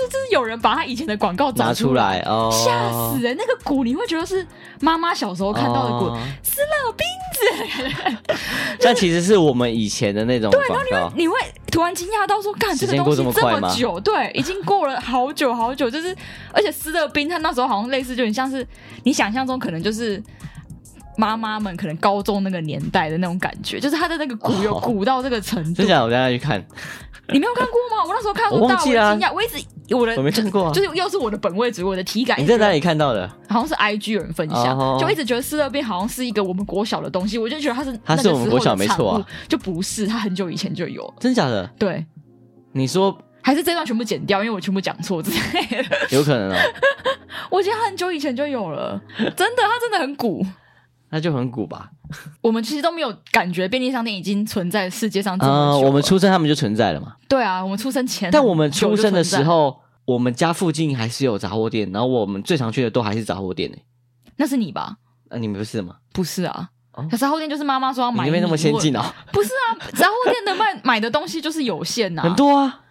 Speaker 1: 是有人把他以前的广告找
Speaker 2: 拿出来，哦，
Speaker 1: 吓死欸人！那个古你会觉得是妈妈小时候看到的古，
Speaker 2: 哦
Speaker 1: 斯乐冰，
Speaker 2: [LAUGHS] 但其实是我们以前的那种广告，
Speaker 1: 你会突然惊讶到说，干
Speaker 2: 时
Speaker 1: 这个
Speaker 2: 间
Speaker 1: 东
Speaker 2: 过
Speaker 1: 西
Speaker 2: 这么快
Speaker 1: 么
Speaker 2: 吗
Speaker 1: 久，对，已经过了好久好久，就是而且斯乐冰他那时候好像类似，就很像是你想象中可能就是。妈妈们可能高中那个年代的那种感觉，就是他的那个古有
Speaker 2: 哦
Speaker 1: 古到这个程度，
Speaker 2: 真假的？我等一下去看。
Speaker 1: 你没有看过吗？我那时候看的时候
Speaker 2: 我
Speaker 1: 大
Speaker 2: 忘
Speaker 1: 为
Speaker 2: 记
Speaker 1: 惊
Speaker 2: 啦
Speaker 1: 讶，我一直我的
Speaker 2: 我没看过啊
Speaker 1: [LAUGHS] 就就是又是我的本位主义，我的体感。
Speaker 2: 你在哪里看到的？
Speaker 1: 好像是 IG 有人分享
Speaker 2: 哦
Speaker 1: 就一直觉得四乐变好像是一个我们国小的东西，我就觉得它是
Speaker 2: 它是
Speaker 1: 那个
Speaker 2: 我们
Speaker 1: 时候
Speaker 2: 国小
Speaker 1: 的
Speaker 2: 没
Speaker 1: 产
Speaker 2: 错啊
Speaker 1: 物，就不是，它很久以前就有了。
Speaker 2: 真假的？
Speaker 1: 对，
Speaker 2: 你说
Speaker 1: 还是这段全部剪掉，因为我全部讲错之类的。
Speaker 2: 有可能哦，
Speaker 1: [LAUGHS] 我觉得它很久以前就有了，真的，它真的很古。
Speaker 2: 那就很古吧。
Speaker 1: 我们其实都没有感觉便利商店已经存在世界上这么
Speaker 2: 嗯，
Speaker 1: 久了。
Speaker 2: 我们出生他们就存在了嘛。
Speaker 1: 对啊，我们出生前，
Speaker 2: 但我们出生的时，候，我们家附近还是有杂货店，然后我们最常去的都还是杂货店呢、
Speaker 1: 那是你吧？
Speaker 2: 那、你们不是吗？
Speaker 1: 不是啊
Speaker 2: 哦。
Speaker 1: 可是后天就是妈妈说要
Speaker 2: 你
Speaker 1: 买，
Speaker 2: 那边那么先进？哦，
Speaker 1: 不是啊，杂货店的卖买的东西就是有限呐、
Speaker 2: [LAUGHS] 很多啊，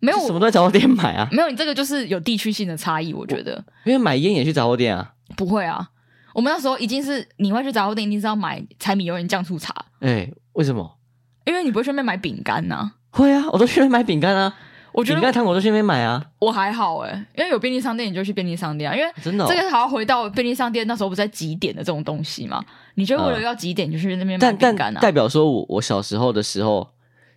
Speaker 1: 没有嗯
Speaker 2: 就什么都在杂货店买啊，
Speaker 1: 没有，你这个就是有地区性的差异，我觉得
Speaker 2: 因为买烟也去杂货店啊。
Speaker 1: 不会啊。我们那时候一定是你会去杂货店，一定是要买柴米油盐酱醋茶，
Speaker 2: 哎、为什么？
Speaker 1: 因为你不会去那边买饼干呐。会
Speaker 2: 会啊，我都去那边买饼干啊，
Speaker 1: 我觉
Speaker 2: 饼干
Speaker 1: 得
Speaker 2: 糖果都去那边买啊，
Speaker 1: 我还好哎、因为有便利商店你就去便利商店啊，因为
Speaker 2: 真的、哦。
Speaker 1: 这个还要回到便利商店那时候不是在几点的这种东西嘛，你就为了
Speaker 2: 嗯
Speaker 1: 要几点就去那边买
Speaker 2: 但
Speaker 1: 饼
Speaker 2: 但
Speaker 1: 干啊。
Speaker 2: 代表说我我小时候的时候，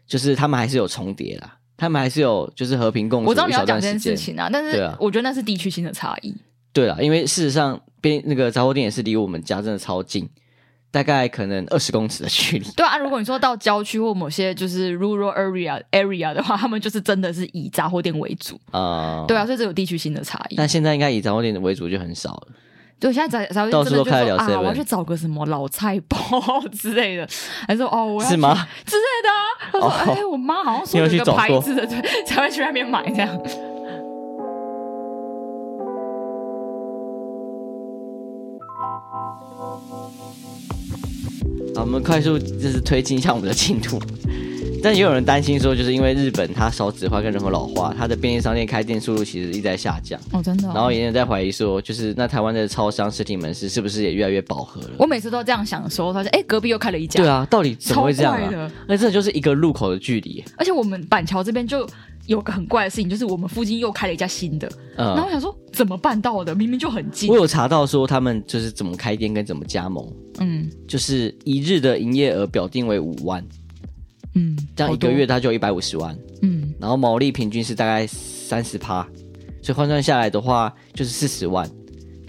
Speaker 2: 就是他们还是有重叠啦，他们还是有就是和平共处
Speaker 1: 我知道
Speaker 2: 一
Speaker 1: 你
Speaker 2: 小
Speaker 1: 要讲
Speaker 2: 段
Speaker 1: 这
Speaker 2: 时
Speaker 1: 件事
Speaker 2: 间。
Speaker 1: 情啊，但
Speaker 2: 对
Speaker 1: 是
Speaker 2: 啊
Speaker 1: 我觉得那是地区性的差异。
Speaker 2: 对啦，因为事实上边那个杂货店也是离我们家真的超近，大概可能二十公尺的距离。 [LAUGHS]
Speaker 1: 对啊，如果你说到郊区或某些就是 rural area area 的话，他们就是真的是以杂货店为主。
Speaker 2: 啊、
Speaker 1: 对啊，所以这有地区性的差异。
Speaker 2: 但现在应该以杂货店为主就很少了。
Speaker 1: 对，现在杂杂货
Speaker 2: 到
Speaker 1: 店
Speaker 2: 处
Speaker 1: 真的
Speaker 2: 都
Speaker 1: 就
Speaker 2: 开
Speaker 1: 说
Speaker 2: 得了
Speaker 1: 啊，
Speaker 2: 7-Eleven
Speaker 1: 我要去找个什么老菜包之类的，还说哦，我要
Speaker 2: 是吗？
Speaker 1: 去之类的啊。他说，
Speaker 2: 哦
Speaker 1: 哎、我妈好像说
Speaker 2: 你有
Speaker 1: 有一
Speaker 2: 去
Speaker 1: 个
Speaker 2: 找
Speaker 1: 牌
Speaker 2: 过
Speaker 1: 子的，对，才会去那边买这样。
Speaker 2: 好，我们快速就是推进一下我们的进度。但也有人担心说，就是因为日本它少子化跟人口老化，它的便利商店开店速度其实一直在下降。
Speaker 1: 哦，真的、
Speaker 2: 然后也有人在怀疑说，就是那台湾的超商实体门市是不是也越来越饱和了？
Speaker 1: 我每次都这样想的时候，他说，哎、隔壁又开了一家。
Speaker 2: 对啊，到底怎么会这样
Speaker 1: 超怪的
Speaker 2: 啊？那这就是一个路口的距离。
Speaker 1: 而且我们板桥这边就有个很怪的事情，就是我们附近又开了一家新的。然后
Speaker 2: 嗯
Speaker 1: 我，想说，怎么办到的？明明就很近
Speaker 2: 我。有查到说他们就是怎么开店跟怎么加盟，
Speaker 1: 嗯
Speaker 2: 就是一日的营业额表定为五万，
Speaker 1: 嗯，
Speaker 2: 这样一个月它就一百五十万，
Speaker 1: 嗯，
Speaker 2: 然后毛利平均是大概三十趴，所以换算下来的话就是四十万。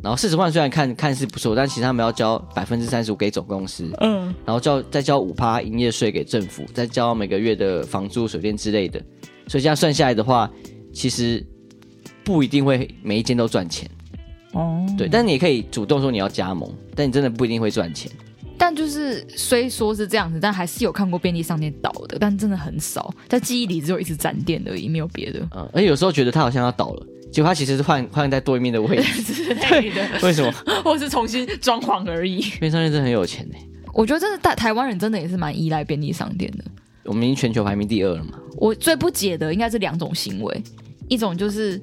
Speaker 2: 然后四十万虽然看看似不错，但其实他们要交百分之三十五给总公司，
Speaker 1: 嗯，
Speaker 2: 然后交再交五趴营业税给政府，再交每个月的房租、水电之类的。所以这样算下来的话，其实不一定会每一间都赚钱，
Speaker 1: 哦，
Speaker 2: 对。但你也可以主动说你要加盟，但你真的不一定会赚钱。
Speaker 1: 但就是虽说是这样子，但还是有看过便利商店倒的，但真的很少，在记忆里只有一直展店而已，没有别的
Speaker 2: 嗯，而且有时候觉得他好像要倒了，结果他其实是换换在 [LAUGHS] 对面的位
Speaker 1: [LAUGHS]
Speaker 2: 置。
Speaker 1: 之类的，
Speaker 2: 为什么？
Speaker 1: 或是重新装潢而已。
Speaker 2: 便利商店真的很有钱呢、
Speaker 1: 我觉得真的台台湾人真的也是蛮依赖便利商店的。
Speaker 2: 我们已经全球排名第二了嘛？
Speaker 1: 我最不解的应该是两种行为，一种就是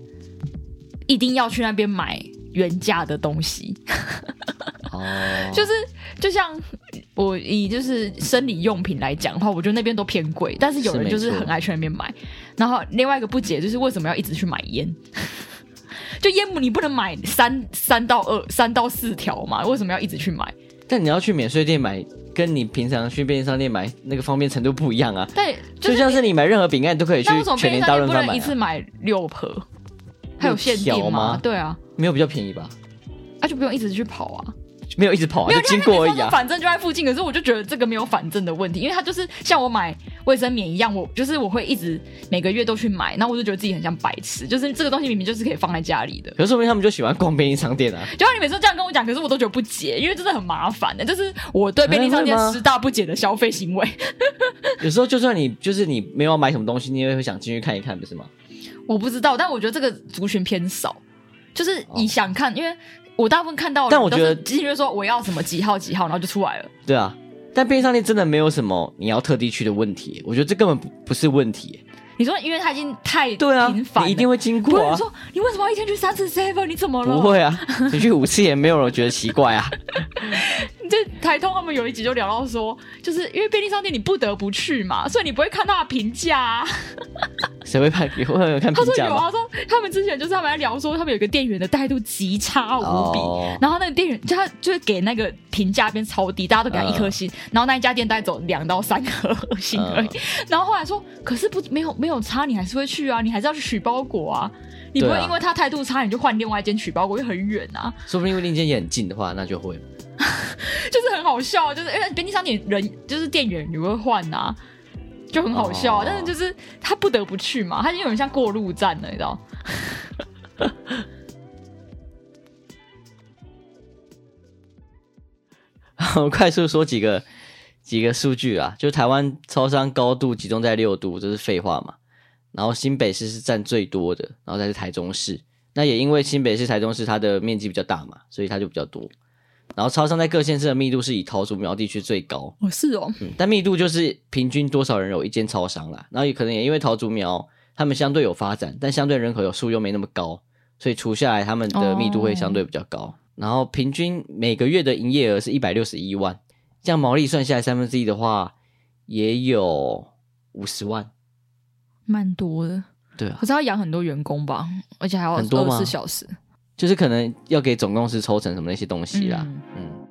Speaker 1: 一定要去那边买原价的东西，
Speaker 2: 哦，
Speaker 1: 就是就像我以就是生理用品来讲的话，我觉得那边都偏贵，但是有人就是
Speaker 2: 是没错
Speaker 1: 很爱去那边买。然后另外一个不解就是为什么要一直去买烟？ [LAUGHS] 就烟你不能买三三到二三到四条嘛？为什么要一直去买？
Speaker 2: 但你要去免税店买，跟你平常去便利商店买那个方便程度不一样啊。
Speaker 1: 但就
Speaker 2: 就是像是你买任何饼干，你都可以去
Speaker 1: 那为什么
Speaker 2: 全
Speaker 1: 便利
Speaker 2: 年大
Speaker 1: 商店
Speaker 2: 润
Speaker 1: 不
Speaker 2: 发
Speaker 1: 能
Speaker 2: 买、
Speaker 1: 一次
Speaker 2: 啊，
Speaker 1: 买六盒？它有限定
Speaker 2: 六条吗
Speaker 1: 对啊，
Speaker 2: 没有比较便宜吧？
Speaker 1: 那、就不用一直去跑啊。
Speaker 2: 没有一直跑、啊，
Speaker 1: 没有
Speaker 2: 就经过而已
Speaker 1: 它
Speaker 2: 啊。
Speaker 1: 反正就在附近，可是我就觉得这个没有反正的问题，因为它就是像我买卫生棉一样，我就是我会一直每个月都去买，然后我就觉得自己很像白痴，就是这个东西明明就是可以放在家里的。
Speaker 2: 可是说明他们就喜欢逛便利
Speaker 1: [LAUGHS]
Speaker 2: 商店啊。
Speaker 1: 就像你每次这样跟我讲，可是我都觉得不解，因为真的很麻烦的、就是我对便利商店
Speaker 2: 哎会吗
Speaker 1: 十大不解的消费行为。
Speaker 2: 有时候就算你就是你没有要买什么东西，你也会想进去看一看，不是吗？
Speaker 1: 我不知道，但我觉得这个族群偏少，就是你想看，因为我大部分看到的
Speaker 2: 哦但
Speaker 1: 人
Speaker 2: 我
Speaker 1: 都
Speaker 2: 觉
Speaker 1: 是
Speaker 2: 得
Speaker 1: 进去说我要什么几号几号，然后就出来了。
Speaker 2: 对啊，但便利商店真的没有什么你要特地去的问题，我觉得这根本不不是问题。
Speaker 1: 你说，因为它已经太
Speaker 2: 对啊，
Speaker 1: 频繁了，
Speaker 2: 你一定会经
Speaker 1: 不
Speaker 2: 过
Speaker 1: 会你
Speaker 2: 啊。
Speaker 1: 说你为什么要一天去三次 seven？你怎么了？
Speaker 2: 不会啊，你去五次也没有人觉得奇怪啊。
Speaker 1: 这台通他们有一集就聊到说，就是因为便利商店你不得不去嘛，所以你不会看到它的评价、啊。
Speaker 2: 谁会判？会有人看
Speaker 1: 他
Speaker 2: 评
Speaker 1: 说
Speaker 2: 价
Speaker 1: 有啊，他
Speaker 2: 吗？
Speaker 1: 说他们之前就是他们在聊说，他们有个店员的态度极差无比，
Speaker 2: 哦
Speaker 1: 然后那个店员就他就会给那个评价变超低，大家都给他一颗星，
Speaker 2: 嗯
Speaker 1: 然后那一家店带走两到三颗星而已。然后后来说，可是不没有没有差，你还是会去啊，你还是要去取包裹啊，你不
Speaker 2: 对
Speaker 1: 会
Speaker 2: 啊
Speaker 1: 因为他态度差你就换另外一间取包裹，因为很远啊，
Speaker 2: 说不定另一间也很近的话，那就会。
Speaker 1: 就是很好笑，就是因为便利商店人就是店员你会换啊。就很好笑啊
Speaker 2: 哦
Speaker 1: 但是就是他不得不去嘛，他已经有点像过路站了，你知道？
Speaker 2: 我 [LAUGHS] 快速说几个几个数据啊，就台湾超商高度集中在六都，这是废话嘛。然后新北市是占最多的，然后再是台中市。那也因为新北市、台中市它的面积比较大嘛，所以它就比较多。然后超商在各县市的密度是以桃竹苗地区最高，
Speaker 1: 哦，是哦，
Speaker 2: 嗯，但密度就是平均多少人有一间超商啦。然后也可能也因为桃竹苗他们相对有发展，但相对人口有数又没那么高，所以除下来他们的密度会相对比较高。然后平均每个月的营业额是一百六十一万，这样毛利算下来三分之一的话，也有五十万。
Speaker 1: 蛮多的。
Speaker 2: 对啊，
Speaker 1: 可是要养很多员工吧，而且还要
Speaker 2: 很多
Speaker 1: 二
Speaker 2: 吗
Speaker 1: 十四小时。
Speaker 2: 就是可能要给总公司抽成什么那些东西啦。
Speaker 1: 嗯
Speaker 2: 嗯，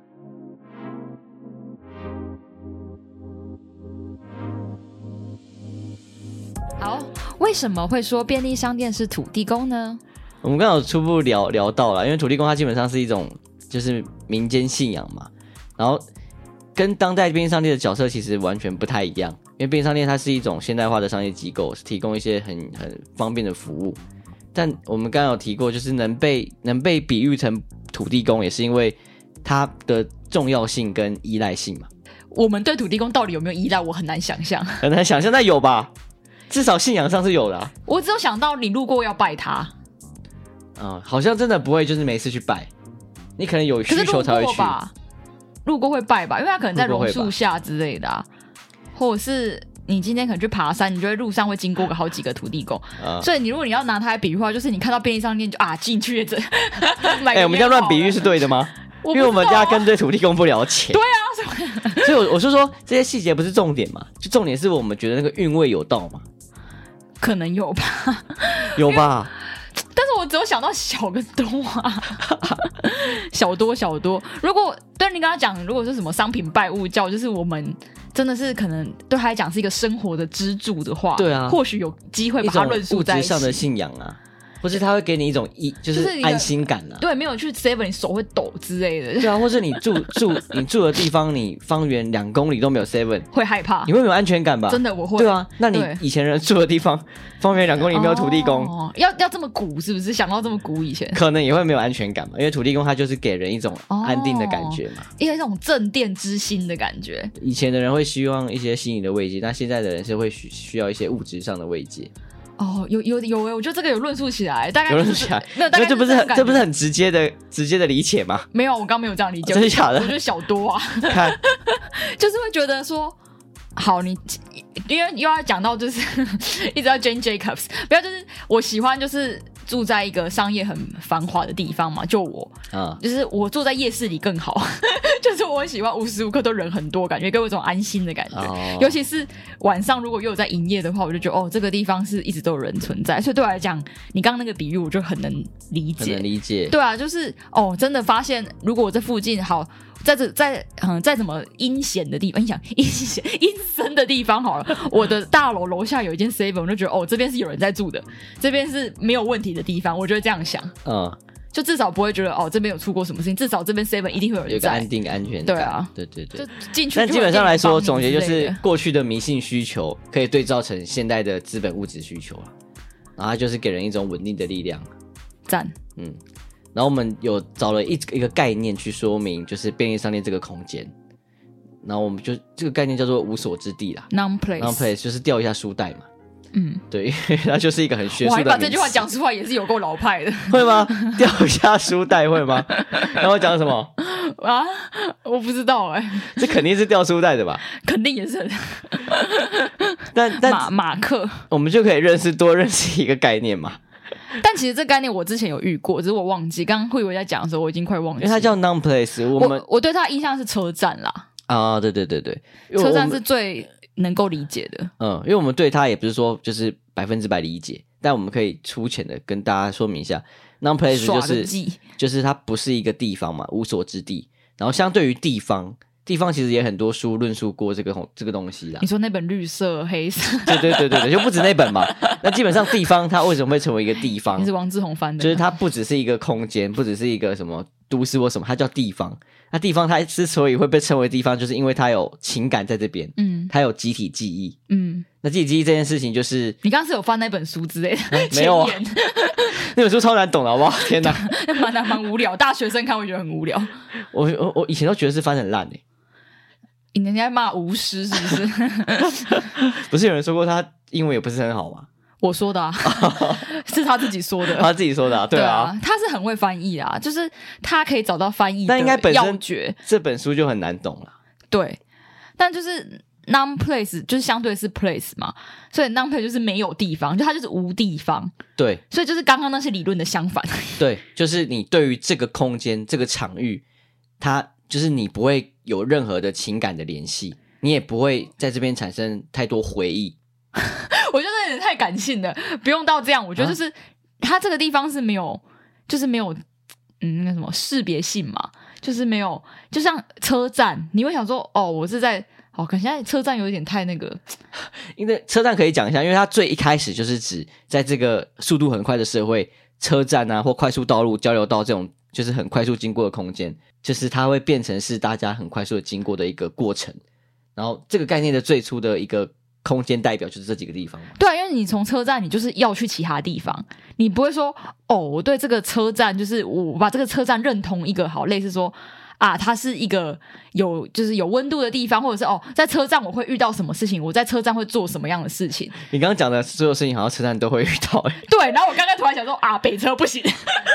Speaker 1: 好，为什么会说便利商店是土地公呢？
Speaker 2: 我们刚好初步聊聊到了，因为土地公它基本上是一种就是民间信仰嘛，然后跟当代便利商店的角色其实完全不太一样，因为便利商店它是一种现代化的商业机构，是提供一些很很方便的服务。但我们刚刚有提过，就是能被能被比喻成土地公，也是因为它的重要性跟依赖性嘛，
Speaker 1: 我们对土地公到底有没有依赖，我很难想象。
Speaker 2: 很难想象，但有吧？至少信仰上是有的啊、
Speaker 1: 我只有想到你路过要拜他，
Speaker 2: 嗯，好像真的不会，就是没事去拜，你可能有
Speaker 1: 可
Speaker 2: 需
Speaker 1: 是
Speaker 2: 求
Speaker 1: 路
Speaker 2: 才会
Speaker 1: 过
Speaker 2: 去。
Speaker 1: 吧，路过会拜吧，因为他可能在
Speaker 2: 路过
Speaker 1: 榕
Speaker 2: 会吧
Speaker 1: 树下之类的、啊，或者是你今天可能去爬山，你就会路上会经过个好几个土地公，
Speaker 2: 嗯
Speaker 1: 所以你如果你要拿它来比喻的话，就是你看到便利商店就啊进去
Speaker 2: [LAUGHS]
Speaker 1: 了这，哎
Speaker 2: 哎、我们这样乱比喻是对的吗？
Speaker 1: 啊
Speaker 2: 因为我们家跟对土地公不了解。对啊，所以我我是说这些细节不是重点嘛，就重点是我们觉得那个韵味有到嘛，
Speaker 1: 可能有吧，
Speaker 2: 有吧？
Speaker 1: 但是我只有想到小跟多啊， [LAUGHS] 小多小多。如果对你刚刚讲，如果是什么商品拜物教，就是我们真的是可能对他来讲是一个生活的支柱的话，
Speaker 2: 对啊
Speaker 1: 或许有机会
Speaker 2: 一
Speaker 1: 把它
Speaker 2: 种
Speaker 1: 论述
Speaker 2: 物
Speaker 1: 在
Speaker 2: 质
Speaker 1: 一起
Speaker 2: 上。的信仰啊，不是他会给你一种一
Speaker 1: 就
Speaker 2: 就
Speaker 1: 是是一个
Speaker 2: 安心感啊。
Speaker 1: 对，没有去 seven 手会抖之类的， [LAUGHS]
Speaker 2: 对啊，或是你住住 [LAUGHS] 你住的地方，你方圆两公里都没有 seven，
Speaker 1: 会害怕
Speaker 2: 你。会没有安全感吧？
Speaker 1: 真的我会，
Speaker 2: 对啊，那你
Speaker 1: 对
Speaker 2: 以前人住的地方， [LAUGHS] 方圆两公里没有土地公，
Speaker 1: 哦要要这么古是不是？想到这么古以前， [LAUGHS]
Speaker 2: 可能也会没有安全感嘛，因为土地公他就是给人一种安定的
Speaker 1: 哦
Speaker 2: 感觉嘛。
Speaker 1: 因为那种镇店之心的感觉。
Speaker 2: 以前的人会希望一些心理的慰藉，但现在的人是会需需要一些物质上的慰藉。
Speaker 1: 哦，有有有哎、我觉得这个有论述起来，大概
Speaker 2: 有人
Speaker 1: 哎就是
Speaker 2: 起来，
Speaker 1: 没有，大
Speaker 2: 那
Speaker 1: 概
Speaker 2: 这不
Speaker 1: 就是这种
Speaker 2: 很
Speaker 1: 感
Speaker 2: 这不
Speaker 1: 觉
Speaker 2: 是很直接的直接的理解吗？
Speaker 1: 没有，我刚没有这样理解，
Speaker 2: 真的假的 [LAUGHS]
Speaker 1: 我觉得小多啊，
Speaker 2: 看，
Speaker 1: [LAUGHS] 就是会觉得说，好，你因为又要讲到就是 [LAUGHS] 一直要 Jane Jacobs，不要就是我喜欢就是住在一个商业很繁华的地方嘛，就我
Speaker 2: 啊、
Speaker 1: 就是我住在夜市里更好， [LAUGHS] 就是我喜欢无时无刻都人很多，感觉给我一种安心的感觉。
Speaker 2: 哦
Speaker 1: 尤其是晚上如果又有在营业的话，我就觉得哦，这个地方是一直都有人存在，所以对我来讲，你刚刚那个比喻我就很能理
Speaker 2: 很
Speaker 1: 解
Speaker 2: 能。理解。
Speaker 1: 对啊，就是哦，真的发现，如果我这附近好，在这在嗯，在怎么阴险的地方，你想阴险 [LAUGHS] 阴森的地方好了，我的大楼楼下有一间 seven，我就觉得哦，这边是有人在住的，这边是没有问题的地方，我就会这样想，
Speaker 2: 嗯，
Speaker 1: 就至少不会觉得哦，这边有出过什么事情，至少这边 seven 一定会有
Speaker 2: 有
Speaker 1: 人
Speaker 2: 个
Speaker 1: 在
Speaker 2: 安，定安全感。
Speaker 1: 对啊
Speaker 2: 对对对
Speaker 1: 就。进去就有人帮你之类
Speaker 2: 但
Speaker 1: 的。
Speaker 2: 基本上来说，总结就是过去的迷信需求可以对照成现代的资本物质需求啊，然后它就是给人一种稳定的力量。
Speaker 1: 赞，
Speaker 2: 嗯，然后我们有找了一一个概念去说明，就是便利商店这个空间。然后我们就这个概念叫做无所之地啦
Speaker 1: non place，,
Speaker 2: 然后 place 就是掉一下书袋嘛，
Speaker 1: 嗯，
Speaker 2: 对，因为它就是一个很学
Speaker 1: 我
Speaker 2: 术
Speaker 1: 还
Speaker 2: 的
Speaker 1: 把
Speaker 2: 名
Speaker 1: 这句话
Speaker 2: 词
Speaker 1: 讲出来，也是有够老派的
Speaker 2: 会吗？掉一下书袋会吗？然后讲什么？
Speaker 1: 啊！ [LAUGHS] 我不知道哎、
Speaker 2: 这肯定是掉书袋的吧？
Speaker 1: 肯定也是很
Speaker 2: 但
Speaker 1: 马
Speaker 2: 但
Speaker 1: 马克。
Speaker 2: 我们就可以认识多认识一个概念嘛，
Speaker 1: 但其实这概念我之前有遇过，只是我忘记。刚刚慧伟在讲的时候，我已经快忘
Speaker 2: 因
Speaker 1: 记。
Speaker 2: 为它叫 non place。我
Speaker 1: 我
Speaker 2: 们
Speaker 1: 我对他的印象是车站啦，
Speaker 2: 啊、对对对对，因为
Speaker 1: 车
Speaker 2: 我
Speaker 1: 站
Speaker 2: 们
Speaker 1: 是最能够理解的。
Speaker 2: 嗯，因为我们对它也不是说就是百分之百理解，但我们可以粗浅的跟大家说明一下，non place
Speaker 1: 耍
Speaker 2: 就
Speaker 1: 个
Speaker 2: 是
Speaker 1: 技，
Speaker 2: 就是它不是一个地方嘛，无所之地。然后相对于地方，地方其实也很多书论述过这个这个东西啦
Speaker 1: 你。说那本绿色、黑色，
Speaker 2: 对对对对对，就不止那
Speaker 1: [LAUGHS]
Speaker 2: 本嘛。那基本上地方它为什么会成为一个地方
Speaker 1: 你是？王志宏翻的，
Speaker 2: 就是它不只是一个空间，不只是一个什么都市或什么，它叫地方。那地方它之所以会被称为地方，就是因为它有情感在这边，
Speaker 1: 嗯
Speaker 2: 它有集体记忆。
Speaker 1: 嗯，
Speaker 2: 那集体记忆这件事情，
Speaker 1: [LAUGHS]
Speaker 2: 就是
Speaker 1: 你刚刚是有翻那本书之类的， [LAUGHS]
Speaker 2: 没有啊
Speaker 1: 前言
Speaker 2: [LAUGHS] 那本书超难懂的，好不好？
Speaker 1: [LAUGHS]
Speaker 2: 天哪，
Speaker 1: 那蛮难蛮无聊，大学生看会觉得很无聊。
Speaker 2: 我我我以前都觉得是翻得很烂欸诶、
Speaker 1: 你人家骂无师是不是？ [LAUGHS]
Speaker 2: 不是有人说过他英文也不是很好 [LAUGHS] 吗？
Speaker 1: 我说的啊，是他自己说的。
Speaker 2: 他自己说的、啊，对啊。，
Speaker 1: 他是很会翻译啊，就是他可以找到翻译
Speaker 2: 那应该
Speaker 1: 的
Speaker 2: 本
Speaker 1: 要
Speaker 2: 身
Speaker 1: 诀。
Speaker 2: 这本书就很难懂了。
Speaker 1: 对，但就是 non place 就是相对是 place 嘛，所以 non place 就是没有地方，就它就是无地方，
Speaker 2: 对
Speaker 1: 所以就是刚刚那些理论的相反。 [LAUGHS]
Speaker 2: 对，就是你对于这个空间、这个场域，它就是你不会有任何的情感的联系，你也不会在这边产生太多回忆。
Speaker 1: 我觉得有点太感性了，不用到这样。我觉得就是、它这个地方是没有，就是没有，嗯，那个什么识别性嘛，就是没有，就像车站，你会想说，哦，我是在。哦，可能现在车站有点太那个，
Speaker 2: 因为车站可以讲一下，因为它最一开始就是指在这个速度很快的社会，车站啊或快速道路、交流道这种就是很快速经过的空间，就是它会变成是大家很快速的经过的一个过程。然后这个概念的最初的一个空间代表就是这几个地方嘛。
Speaker 1: 对啊，因为你从车站，你就是要去其他地方，你不会说哦，我对这个车站就是我把这个车站认同一个好，类似说啊，它是一个有就是有温度的地方，或者是哦，在车站我会遇到什么事情，我在车站会做什么样的事情，
Speaker 2: 你刚刚讲的所有事情，好像车站都会遇到、欸 [LAUGHS]
Speaker 1: 对，然后我刚刚突然想说啊，北车不行，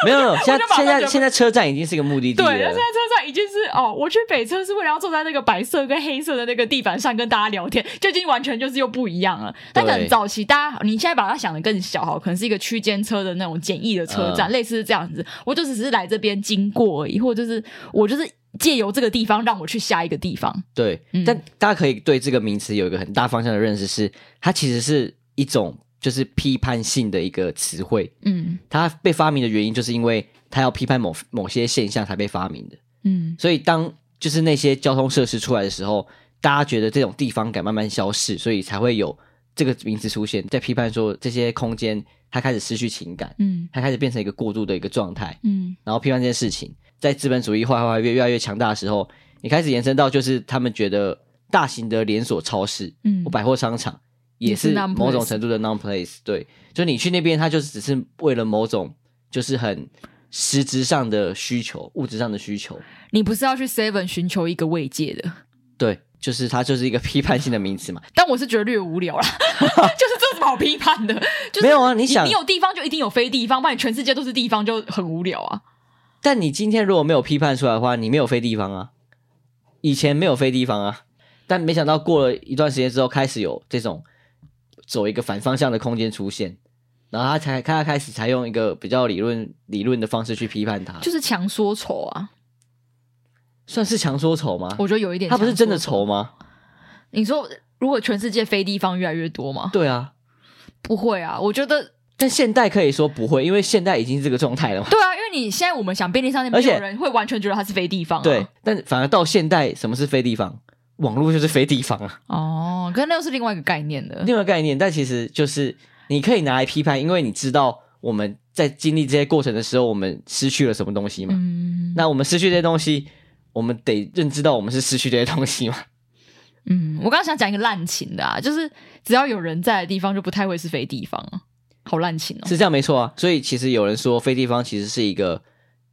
Speaker 2: 没有没有，现在
Speaker 1: 我就马上
Speaker 2: 现在
Speaker 1: 就
Speaker 2: 现在车站已经是一个目的地
Speaker 1: 对，那现在
Speaker 2: 了。
Speaker 1: 车站已经是哦，我去北车是为了要坐在那个白色跟黑色的那个地板上跟大家聊天，就已经完全就是又不一样了。但可能
Speaker 2: 对
Speaker 1: 早期大家，你现在把它想的更小哈，可能是一个区间车的那种简易的车站，
Speaker 2: 嗯
Speaker 1: 类似是这样子，我就只是来这边经过而已，或者就是我就是借由这个地方让我去下一个地方。
Speaker 2: 对，
Speaker 1: 嗯
Speaker 2: 但大家可以对这个名词有一个很大方向的认识是，它其实是一种就是批判性的一个词汇。
Speaker 1: 嗯
Speaker 2: 它被发明的原因，就是因为它要批判某某些现象才被发明的。
Speaker 1: 嗯
Speaker 2: 所以当就是那些交通设施出来的时候，大家觉得这种地方感慢慢消逝，所以才会有这个名词出现，在批判说这些空间它开始失去情感，
Speaker 1: 嗯
Speaker 2: 它开始变成一个过度的一个状态。
Speaker 1: 嗯
Speaker 2: 然后批判这件事情，在资本主义化化越越来越强大的时候，你开始延伸到就是他们觉得大型的连锁超市、
Speaker 1: 嗯
Speaker 2: 或百货商场
Speaker 1: 也
Speaker 2: 也
Speaker 1: 是
Speaker 2: 是
Speaker 1: non-place
Speaker 2: 某种程度的 non place，对，就你去那边，它就是只是为了某种就是很实质上的需求、物质上的需求，
Speaker 1: 你不是要去 Seven 寻求一个慰藉的？
Speaker 2: 对，就是它就是一个 [LAUGHS] 批判性的名词嘛。
Speaker 1: 但我是觉得略无聊啦， [LAUGHS] 就是这有什么好批判的？就是、
Speaker 2: 没有啊你想
Speaker 1: 你有地方就一定有非地方，不然全世界都是地方就很无聊啊。
Speaker 2: 但你今天如果没有批判出来的话，你没有飞地方啊，以前没有飞地方啊，但没想到过了一段时间之后，开始有这种走一个反方向的空间出现，然后他才他开始采用一个比较理论理论的方式去批判它，
Speaker 1: 就是强说愁啊，
Speaker 2: 算是强说愁吗？
Speaker 1: 我觉得有一点。
Speaker 2: 嗯他不是真的？愁吗？
Speaker 1: 你说如果全世界非地方越来越多吗？
Speaker 2: 对啊，
Speaker 1: 不会啊，我觉得
Speaker 2: 但现代可以说不会，因为现代已经是这个状态了嘛。
Speaker 1: 对啊，因为你现在我们想便利商店，没
Speaker 2: 而且
Speaker 1: 有人会完全觉得它是非地方、啊。
Speaker 2: 对，，但反而到现代，什么是飞地方？网络就是飞地方啊。
Speaker 1: [LAUGHS] 哦，可是那又是另外一个概念的。
Speaker 2: 另外一个概念，但其实就是你可以拿来批判，因为你知道我们在经历这些过程的时候，我们失去了什么东西嘛。
Speaker 1: 嗯，
Speaker 2: 那我们失去这些东西，我们得认知到我们是失去这些东西嘛。
Speaker 1: 嗯，我刚刚想讲一个滥情的啊，就是只要有人在的地方，就不太会是非地方啊，好滥情哦。
Speaker 2: 是这样没错啊。所以其实有人说非地方其实是一个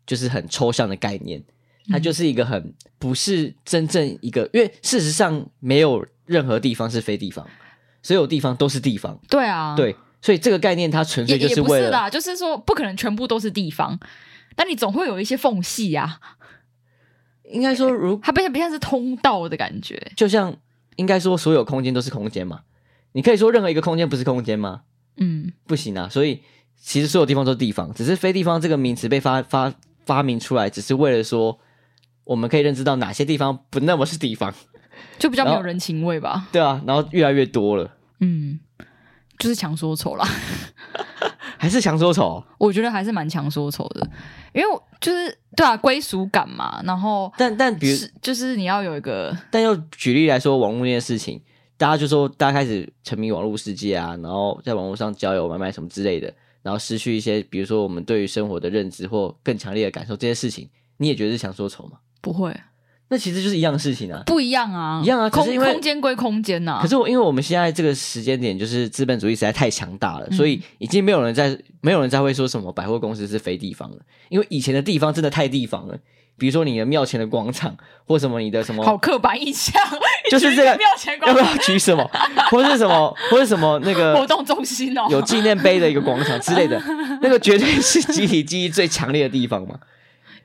Speaker 2: 就是很抽象的概念，
Speaker 1: 嗯
Speaker 2: 它就是一个很不是真正一个，因为事实上没有任何地方是非地方，所有地方都是地方。
Speaker 1: 对啊，
Speaker 2: 对，所以这个概念它纯
Speaker 1: 也
Speaker 2: 粹就
Speaker 1: 也不
Speaker 2: 为
Speaker 1: 是
Speaker 2: 了
Speaker 1: 啦，就是说不可能全部都是地方，但你总会有一些缝隙呀、啊，
Speaker 2: 应该说如
Speaker 1: 它不像不像是通道的感觉。
Speaker 2: 就像应该说所有空间都是空间嘛，你可以说任何一个空间不是空间吗？
Speaker 1: 嗯，
Speaker 2: 不行啊，所以其实所有地方都是地方，只是“非地方”这个名词被发发发明出来，只是为了说我们可以认知到哪些地方不那么是地方。 [LAUGHS]
Speaker 1: 就比较没
Speaker 2: 然
Speaker 1: 有
Speaker 2: 后
Speaker 1: 人情味吧。
Speaker 2: 对啊，然后越来越多了，
Speaker 1: 嗯，就是强说丑啦， [LAUGHS]
Speaker 2: 还是强说丑，
Speaker 1: 我觉得还是蛮强说丑的，因为我就是对啊，归属感嘛，然后
Speaker 2: 但但比如
Speaker 1: 是就是你要有一个
Speaker 2: 但又举例来说，网络那件事情，大家就说大家开始沉迷网络世界啊，然后在网络上交友、买卖什么之类的，然后失去一些，比如说我们对于生活的认知或更强烈的感受这些事情，你也觉得是想说丑吗？
Speaker 1: 不会
Speaker 2: 那其实就是一样的事情啊。
Speaker 1: 不一样啊，
Speaker 2: 一样啊可
Speaker 1: 空
Speaker 2: 是因为
Speaker 1: 空间归空间呐、
Speaker 2: 可是我因为我们现在这个时间点就是资本主义实在太强大
Speaker 1: 嗯
Speaker 2: 了，所以已经没有人在没有人再会说什么百货公司是非地方了，因为以前的地方真的太地方了，比如说你的庙前的广场或什么你的什么
Speaker 1: 好刻板印象， [LAUGHS]
Speaker 2: 就是这个
Speaker 1: 庙前
Speaker 2: [LAUGHS] 要
Speaker 1: 广
Speaker 2: 不
Speaker 1: 场
Speaker 2: 要举什么，或是什么，或是什么
Speaker 1: [LAUGHS]
Speaker 2: 那个
Speaker 1: 活动中心哦，
Speaker 2: 有纪念碑的一个广场之
Speaker 1: [LAUGHS]
Speaker 2: 类的，那个绝对是集体记忆最强烈的地方嘛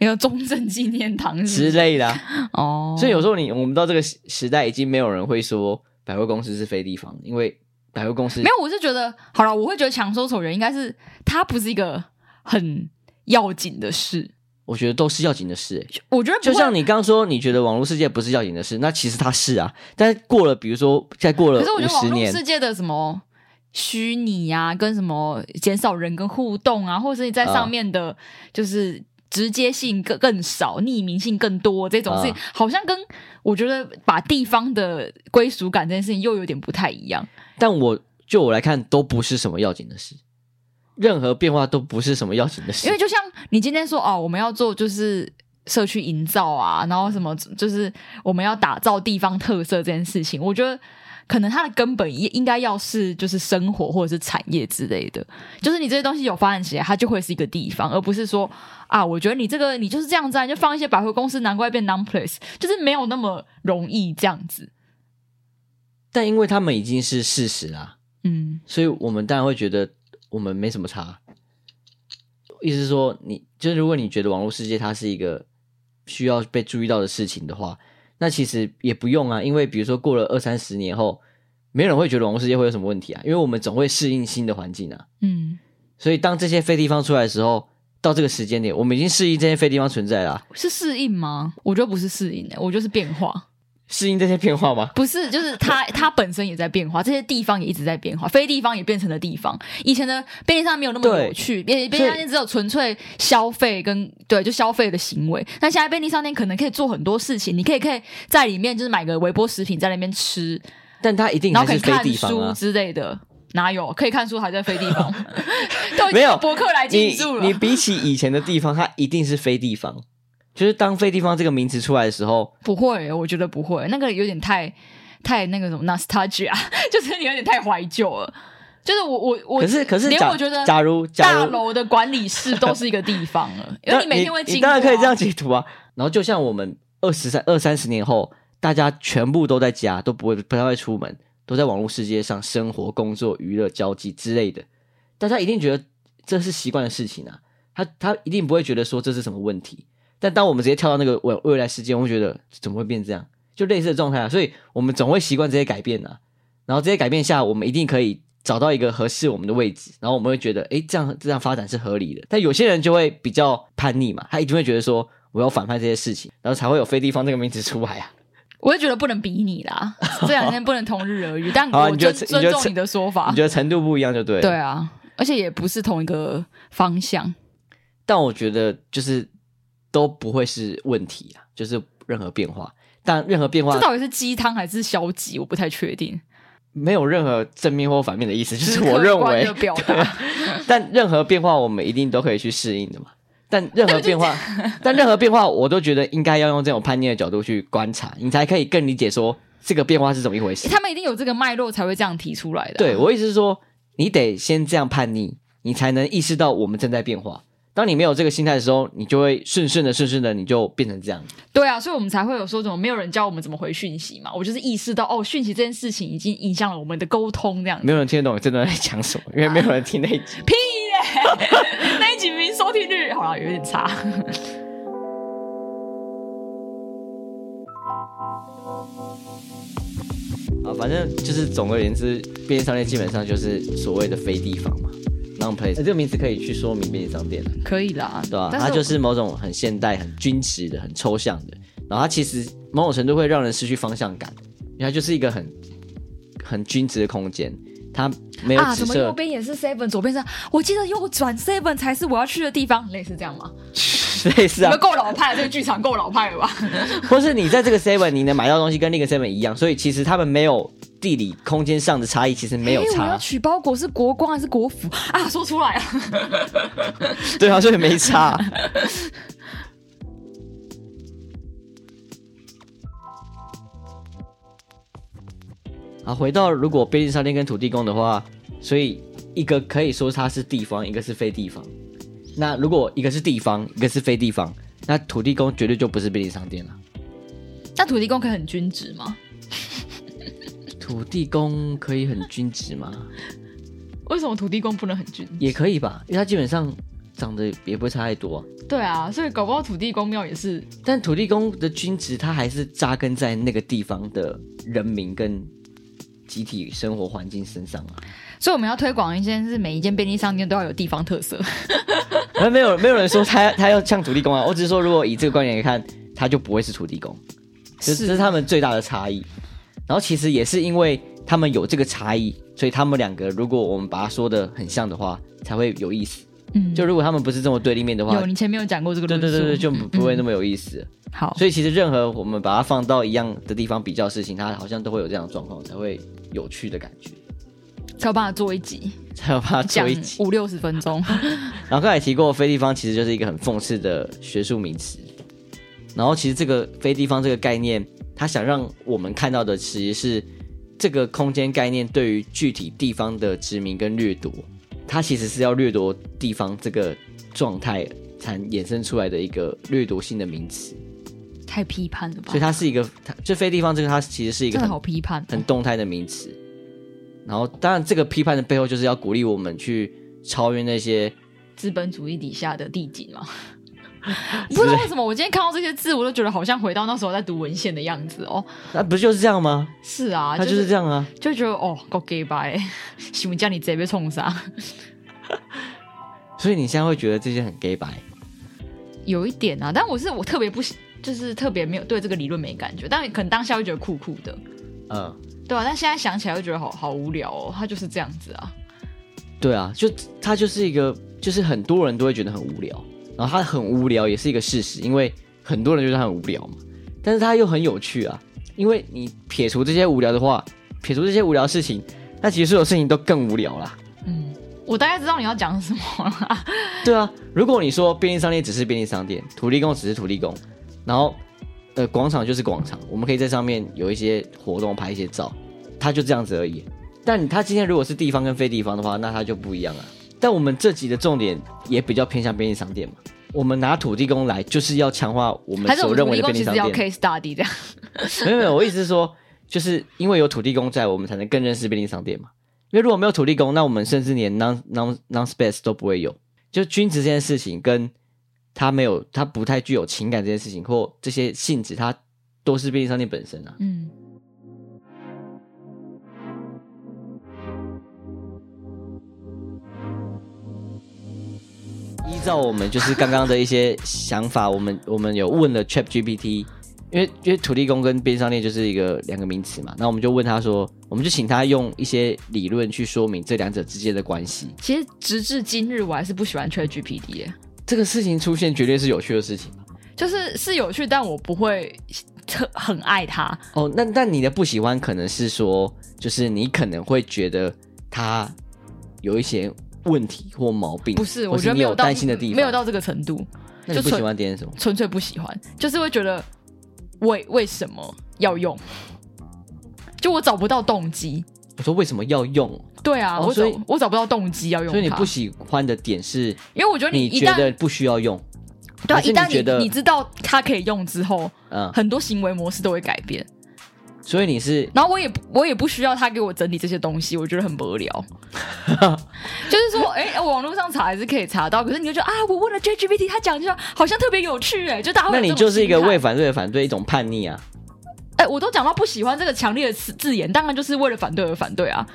Speaker 1: 有中正纪念堂是不
Speaker 2: 之
Speaker 1: 是
Speaker 2: 类的、啊。
Speaker 1: 嗯哦，
Speaker 2: 所以有时候你我们到这个时时代，已经没有人会说百货公司是非地方，因为百货公司
Speaker 1: 没有，我是觉得好了，我会觉得强说丑人应该是它不是一个很要紧的事，
Speaker 2: 我觉得都是要紧的事、欸
Speaker 1: 我觉得不
Speaker 2: [LAUGHS] 就
Speaker 1: 会
Speaker 2: 像你刚刚说，你觉得网络世界不是要紧的事，那其实它是啊。但是过了，比如说再过了
Speaker 1: 可是我觉
Speaker 2: 五
Speaker 1: 得网
Speaker 2: 十
Speaker 1: 络
Speaker 2: 年，
Speaker 1: 世界的什么虚拟呀，跟什么减少人跟互动啊，或者是你在
Speaker 2: 啊
Speaker 1: 上面的，就是直接性更更少，匿名性更多这种事情，
Speaker 2: 啊
Speaker 1: 好像跟我觉得把地方的归属感这件事情又有点不太一样。
Speaker 2: 但我就我来看，都不是什么要紧的事，任何变化都不是什么要紧的事。
Speaker 1: 因为就像你今天说哦，我们要做就是社区营造啊，然后什么就是我们要打造地方特色这件事情，我觉得。可能它的根本应应该要是就是生活或者是产业之类的，就是你这些东西有发展起来，它就会是一个地方，而不是说啊，我觉得你这个你就是这样子啊，你就放一些百货公司，难怪变 non place，就是没有那么容易这样子。
Speaker 2: 但因为他们已经是事实啦、
Speaker 1: 嗯，
Speaker 2: 所以我们当然会觉得我们没什么差。意思是说你，就是如果你觉得网络世界它是一个需要被注意到的事情的话，那其实也不用啊，因为比如说过了二三十年后，没有人会觉得网络世界会有什么问题啊，因为我们总会适应新的环境啊。
Speaker 1: 嗯，
Speaker 2: 所以当这些非地方出来的时候，到这个时间点，我们已经适应这些非地方存在啦、啊
Speaker 1: 是适应吗？我觉得不是适应、欸，我觉得是变化。
Speaker 2: 适应这些变化吗？
Speaker 1: 不是，就是它它本身也在变化，这些地方也一直在变化，非地方也变成了地方。以前的便利商店没有那么
Speaker 2: 对
Speaker 1: 有趣，便
Speaker 2: 所以
Speaker 1: 便利商店只有纯粹消费跟对就消费的行为。那现在便利商店可能可以做很多事情，你可以可以在里面就是买个微波食品在那边吃，
Speaker 2: 但它一定
Speaker 1: 然后
Speaker 2: 还
Speaker 1: 可以
Speaker 2: 是非
Speaker 1: 看
Speaker 2: 地方
Speaker 1: 书
Speaker 2: 啊。
Speaker 1: 之类的。哪有可以看书还在非地
Speaker 2: [LAUGHS]
Speaker 1: 方？都已经
Speaker 2: 没有
Speaker 1: 博客来
Speaker 2: 你
Speaker 1: 进驻了
Speaker 2: 你比起以前的地方，它一定是非地方。就是当“非地方”这个名词出来的时候，
Speaker 1: 不会，我觉得不会，那个有点太太那个什么 nostalgia，就是 [LAUGHS] 你有点太怀旧了。就是我我我，
Speaker 2: 可是可是
Speaker 1: 连
Speaker 2: 假
Speaker 1: 我觉得
Speaker 2: 假如假
Speaker 1: 大
Speaker 2: 如
Speaker 1: 楼的管理室都是一个地方
Speaker 2: [LAUGHS]
Speaker 1: 了，因为
Speaker 2: 那
Speaker 1: 你每天会经
Speaker 2: 你
Speaker 1: 过、
Speaker 2: 当
Speaker 1: 啊。
Speaker 2: 然可以这样解读啊。然后就像我们二十三、二三十年后，大家全部都在家，都不会不太会出门，都在网络世界上生活、工作、娱乐、交际之类的，大家一定觉得这是习惯的事情啊。他他一定不会觉得说这是什么问题。但当我们直接跳到那个未未来世界，我们会觉得怎么会变这样？就类似的状态啊。所以我们总会习惯这些改变啊。然后这些改变下，我们一定可以找到一个合适我们的位置，然后我们会觉得，诶，这样这样发展是合理的。但有些人就会比较叛逆嘛，他一定会觉得说，我要反叛这些事情，然后才会有“非地方”这个名词出来啊。
Speaker 1: 我就觉得不能比拟啦，这两天不能同日而
Speaker 2: [LAUGHS]
Speaker 1: 语，但
Speaker 2: 好啊
Speaker 1: 我
Speaker 2: 你觉
Speaker 1: 尊
Speaker 2: 得你觉
Speaker 1: 尊
Speaker 2: 得
Speaker 1: 重你的 [LAUGHS] 说法
Speaker 2: 你觉。得程度不一样就对了。
Speaker 1: 对啊，而且也不是同一个方向。
Speaker 2: 但我觉得就是都不会是问题啊，就是任何变化，但任何变化
Speaker 1: 这到底是鸡汤还是消极？我不太确定。
Speaker 2: 没有任何正面或反面的意思，就
Speaker 1: 只
Speaker 2: 是我认
Speaker 1: 客观
Speaker 2: 为
Speaker 1: 的表达
Speaker 2: [LAUGHS] 对啊但任何变化我们一定都可以去适应的嘛。但任何变化， [LAUGHS] 但任何变化我都觉得应该要用这种叛逆的角度去观察，你才可以更理解说这个变化是怎么一回事。
Speaker 1: 他们一啊定有这个脉络才会这样提出来的啊、
Speaker 2: 对我意思是说，你得先这样叛逆，你才能意识到我们正在变化。当你没有这个心态的时候，你就会顺顺的顺顺的，你就变成这样。
Speaker 1: 对啊，所以我们才会有说怎么没有人教我们怎么回讯息嘛。我就是意识到哦，讯息这件事情已经影响了我们的沟通，这样
Speaker 2: 没
Speaker 1: 子。
Speaker 2: 有人听得懂你真的在讲什么，因为没有人听那一集。 [LAUGHS]
Speaker 1: 屁嘞、 [LAUGHS] 那一集明明收听率好了有点差。
Speaker 2: 啊，反正就是总而言之，便利商店基本上就是所谓的非地方嘛，non place、这个哎名词可以去说明便利商店
Speaker 1: [LAUGHS]
Speaker 2: 了，啊
Speaker 1: 可以啦，
Speaker 2: 对吧、啊
Speaker 1: 但
Speaker 2: 它
Speaker 1: 是
Speaker 2: 就是某种很现代、很均值的、很抽象的，然后它其实某种程度会让人失去方向感，因为它就是一个很很均值的空间，它没有
Speaker 1: 啊，
Speaker 2: 紫
Speaker 1: 怎么
Speaker 2: 色。
Speaker 1: 右边也是 seven，左边是？我记得右转 seven 才是我要去的地方，类似这样吗？
Speaker 2: [LAUGHS] 类似
Speaker 1: 你
Speaker 2: 啊
Speaker 1: 们，够老派了，这个剧场够老派了 [LAUGHS] 吧？
Speaker 2: 或是你在这个 Seven 你能买到东西跟另一个 Seven 一样，所以其实他们没有地理空间上的差异，其实没有
Speaker 1: 哎诶我
Speaker 2: 差
Speaker 1: 要，取包裹是国光还是国服啊？说出来啊！ [LAUGHS]
Speaker 2: [LAUGHS] 对啊，所以没差。好，回到如果便利商店跟土地公的话，所以一个可以说它是地方，一个是非地方。那如果一个是地方，一个是非地方，那土地公绝对就不是便利商店了。
Speaker 1: 那土地公可以很均值吗？
Speaker 2: 土地公可以很均值吗？
Speaker 1: 为什么土地公不能很均？
Speaker 2: 也可以吧，因为它基本上长得也不会差太多、啊。
Speaker 1: 对啊，所以搞不好土地公庙也是
Speaker 2: 但土地公的均值，它还是扎根在那个地方的人民跟集体生活环境身上啊。
Speaker 1: 所以我们要推广一件是每一间便利商店都要有地方特色。
Speaker 2: 那 [LAUGHS] 没有没有人说他 [LAUGHS] 他要像土地公啊，我只是说如果以这个观点来看，他就不会是土地公，这
Speaker 1: 是
Speaker 2: 这是他们最大的差异。然后其实也是因为他们有这个差异，所以他们两个如果我们把它说的很像的话，才会有意思。
Speaker 1: 嗯，
Speaker 2: 就如果他们不是这么对立面的话
Speaker 1: 有，你前面有讲过这个
Speaker 2: 对
Speaker 1: 论
Speaker 2: 对
Speaker 1: 述，
Speaker 2: 对对，就不不会那么有意思了。
Speaker 1: 好。
Speaker 2: 所以其实任何我们把它放到一样的地方比较事情，它好像都会有这样的状况，才会有趣的感觉， [LAUGHS]
Speaker 1: 才有办法做一集，
Speaker 2: 才有把它啊做
Speaker 1: 讲
Speaker 2: 一起。
Speaker 1: 五六十分钟。 [LAUGHS]
Speaker 2: 然后刚才也提过，非地方其实就是一个很讽刺的学术名词。然后其实这个非地方这个概念，它想让我们看到的其实是这个空间概念对于具体地方的殖民跟掠夺，它其实是要掠夺地方这个状态才衍生出来的一个掠夺性的名词。
Speaker 1: 太批判了吧？
Speaker 2: 所以它是一个，它就非地方这个它其实是一个
Speaker 1: 真的
Speaker 2: 很
Speaker 1: 好批判。哦
Speaker 2: 很动态的名词。然后，当然，这个批判的背后就是要鼓励我们去超越那些
Speaker 1: 资本主义底下的地景
Speaker 2: [LAUGHS]
Speaker 1: 嘛。不知道为什么，我今天看到这些字，我都觉得好像回到那时候在读文献的样子哦。
Speaker 2: 那、不就是这样吗？
Speaker 1: 是啊，
Speaker 2: 他就是这
Speaker 1: 样，
Speaker 2: 样啊。
Speaker 1: 就觉得哦，够 gay [LAUGHS] 白，新闻叫你直接被冲杀，
Speaker 2: 所以你现在会觉得这些很 gay 白，
Speaker 1: 有一点啊。但我是我特别不喜，就是特别没有对这个理论没感觉，但可能当下会觉得酷酷的，
Speaker 2: 嗯，
Speaker 1: 对啊。但现在想起来又觉得好好无聊哦，他就是这样子啊。
Speaker 2: 对啊，就他就是一个，就是很多人都会觉得很无聊，然后他很无聊也是一个事实，因为很多人觉得他很无聊嘛，但是他又很有趣啊，因为你撇除这些无聊的话，撇除这些无聊的事情，那其实所有事情都更无聊啦。
Speaker 1: 嗯，我大概知道你要讲什么了。
Speaker 2: 对啊，如果你说便利商店只是便利商店，土地公只是土地公，然后呃广场就是广场，我们可以在上面有一些活动拍一些照，它就这样子而已。但它今天如果是地方跟非地方的话，那它就不一样了。啊但我们这集的重点也比较偏向便利商店嘛，我们拿土地公来就是要强化 [LAUGHS] 我们
Speaker 1: 还是我
Speaker 2: 所
Speaker 1: 们
Speaker 2: 认
Speaker 1: 土
Speaker 2: 为
Speaker 1: 地
Speaker 2: 的
Speaker 1: 公
Speaker 2: 便利
Speaker 1: 其
Speaker 2: 商
Speaker 1: 实要
Speaker 2: 店。
Speaker 1: case study 这样？
Speaker 2: [LAUGHS] 没有没有，我意思是说，就是因为有土地公在，我们才能更认识便利商店嘛。因为如果没有土地公，那我们甚至连 non non non space 都不会有。就均值这件事情，跟它没有，它不太具有情感这件事情，或这些性质，它都是便利商店本身啊。
Speaker 1: 嗯。
Speaker 2: 依照我们就是刚刚的一些想法， [LAUGHS] 我们我们有问了 Chat GPT，因为因为土地公跟便利商店就是一个两个名词嘛，那我们就问他说，我们就请他用一些理论去说明这两者之间的关系。
Speaker 1: 其实直至今日，我还是不喜欢 ChatGPT，耶
Speaker 2: 这个事情出现绝对是有趣的事情。
Speaker 1: 就是是有趣，但我不会特很爱它。
Speaker 2: 哦，那那你的不喜欢可能是说，就是你可能会觉得他有一些问题或毛病，
Speaker 1: 不是，
Speaker 2: 或
Speaker 1: 我觉得
Speaker 2: 你
Speaker 1: 没
Speaker 2: 有
Speaker 1: 到
Speaker 2: 担心的地方，
Speaker 1: 没有。到这个程度，
Speaker 2: 那你
Speaker 1: 就
Speaker 2: 不喜
Speaker 1: 纯
Speaker 2: 欢点什么？
Speaker 1: 纯粹不喜欢，就是会觉得为为什么要用？就我找不到动机。
Speaker 2: 我说为什么要用？
Speaker 1: 对啊，
Speaker 2: 哦
Speaker 1: 我找
Speaker 2: 所以
Speaker 1: 我找不到动机要用它，
Speaker 2: 所以你不喜欢的点是，
Speaker 1: 因为我觉得
Speaker 2: 你
Speaker 1: 一
Speaker 2: 觉
Speaker 1: 旦
Speaker 2: 得不需要用，
Speaker 1: 对啊，
Speaker 2: 还是
Speaker 1: 一
Speaker 2: 你
Speaker 1: 旦
Speaker 2: 觉得
Speaker 1: 你你知道它可以用之后，
Speaker 2: 嗯，
Speaker 1: 很多行为模式都会改变。
Speaker 2: 所以你是
Speaker 1: 然后我也不我也不需要他给我整理这些东西，我觉得很无
Speaker 2: [LAUGHS]
Speaker 1: 聊。就是说，哎、我网络上查还是可以查到，可是你就觉得啊，我问了 ChatGPT，他讲就好像特别有趣、哎，就大家会
Speaker 2: 那
Speaker 1: 有
Speaker 2: 你
Speaker 1: 这种
Speaker 2: 就是一个
Speaker 1: 心态
Speaker 2: 为反对而反对，一种叛逆啊。
Speaker 1: 哎、我都讲到不喜欢这个强烈的词字眼，当然就是为了反对而反对啊。